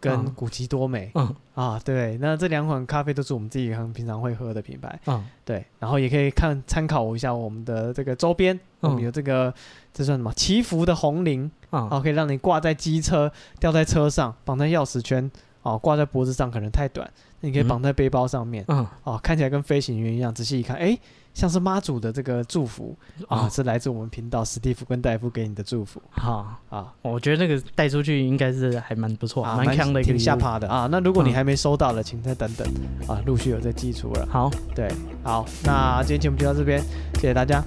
跟嗯古奇多美嗯啊，对，那这两款咖啡都是我们自己很平常会喝的品牌，嗯，对，然后也可以看参考一下我们的这个周边，我们嗯有这个这算什么祈福的红铃嗯啊，可以让你挂在机车、吊在车上、绑在钥匙圈啊，挂在脖子上可能太短，那你可以嗯绑在背包上面。嗯，哦，看起来跟飞行员一样，仔细一看，哎，像是妈祖的这个祝福啊，哦，是来自我们频道史蒂夫跟戴夫给你的祝福好，啊，我觉得那个带出去应该是还蛮不错，啊蛮强的一个挺下礼物。趴的啊。那如果你嗯还没收到了，请再等等啊，陆续有在寄出了。好，对，好，那今天节目就到这边，谢谢大家，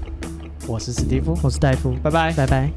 我是史蒂夫，我是戴夫，拜拜。拜拜。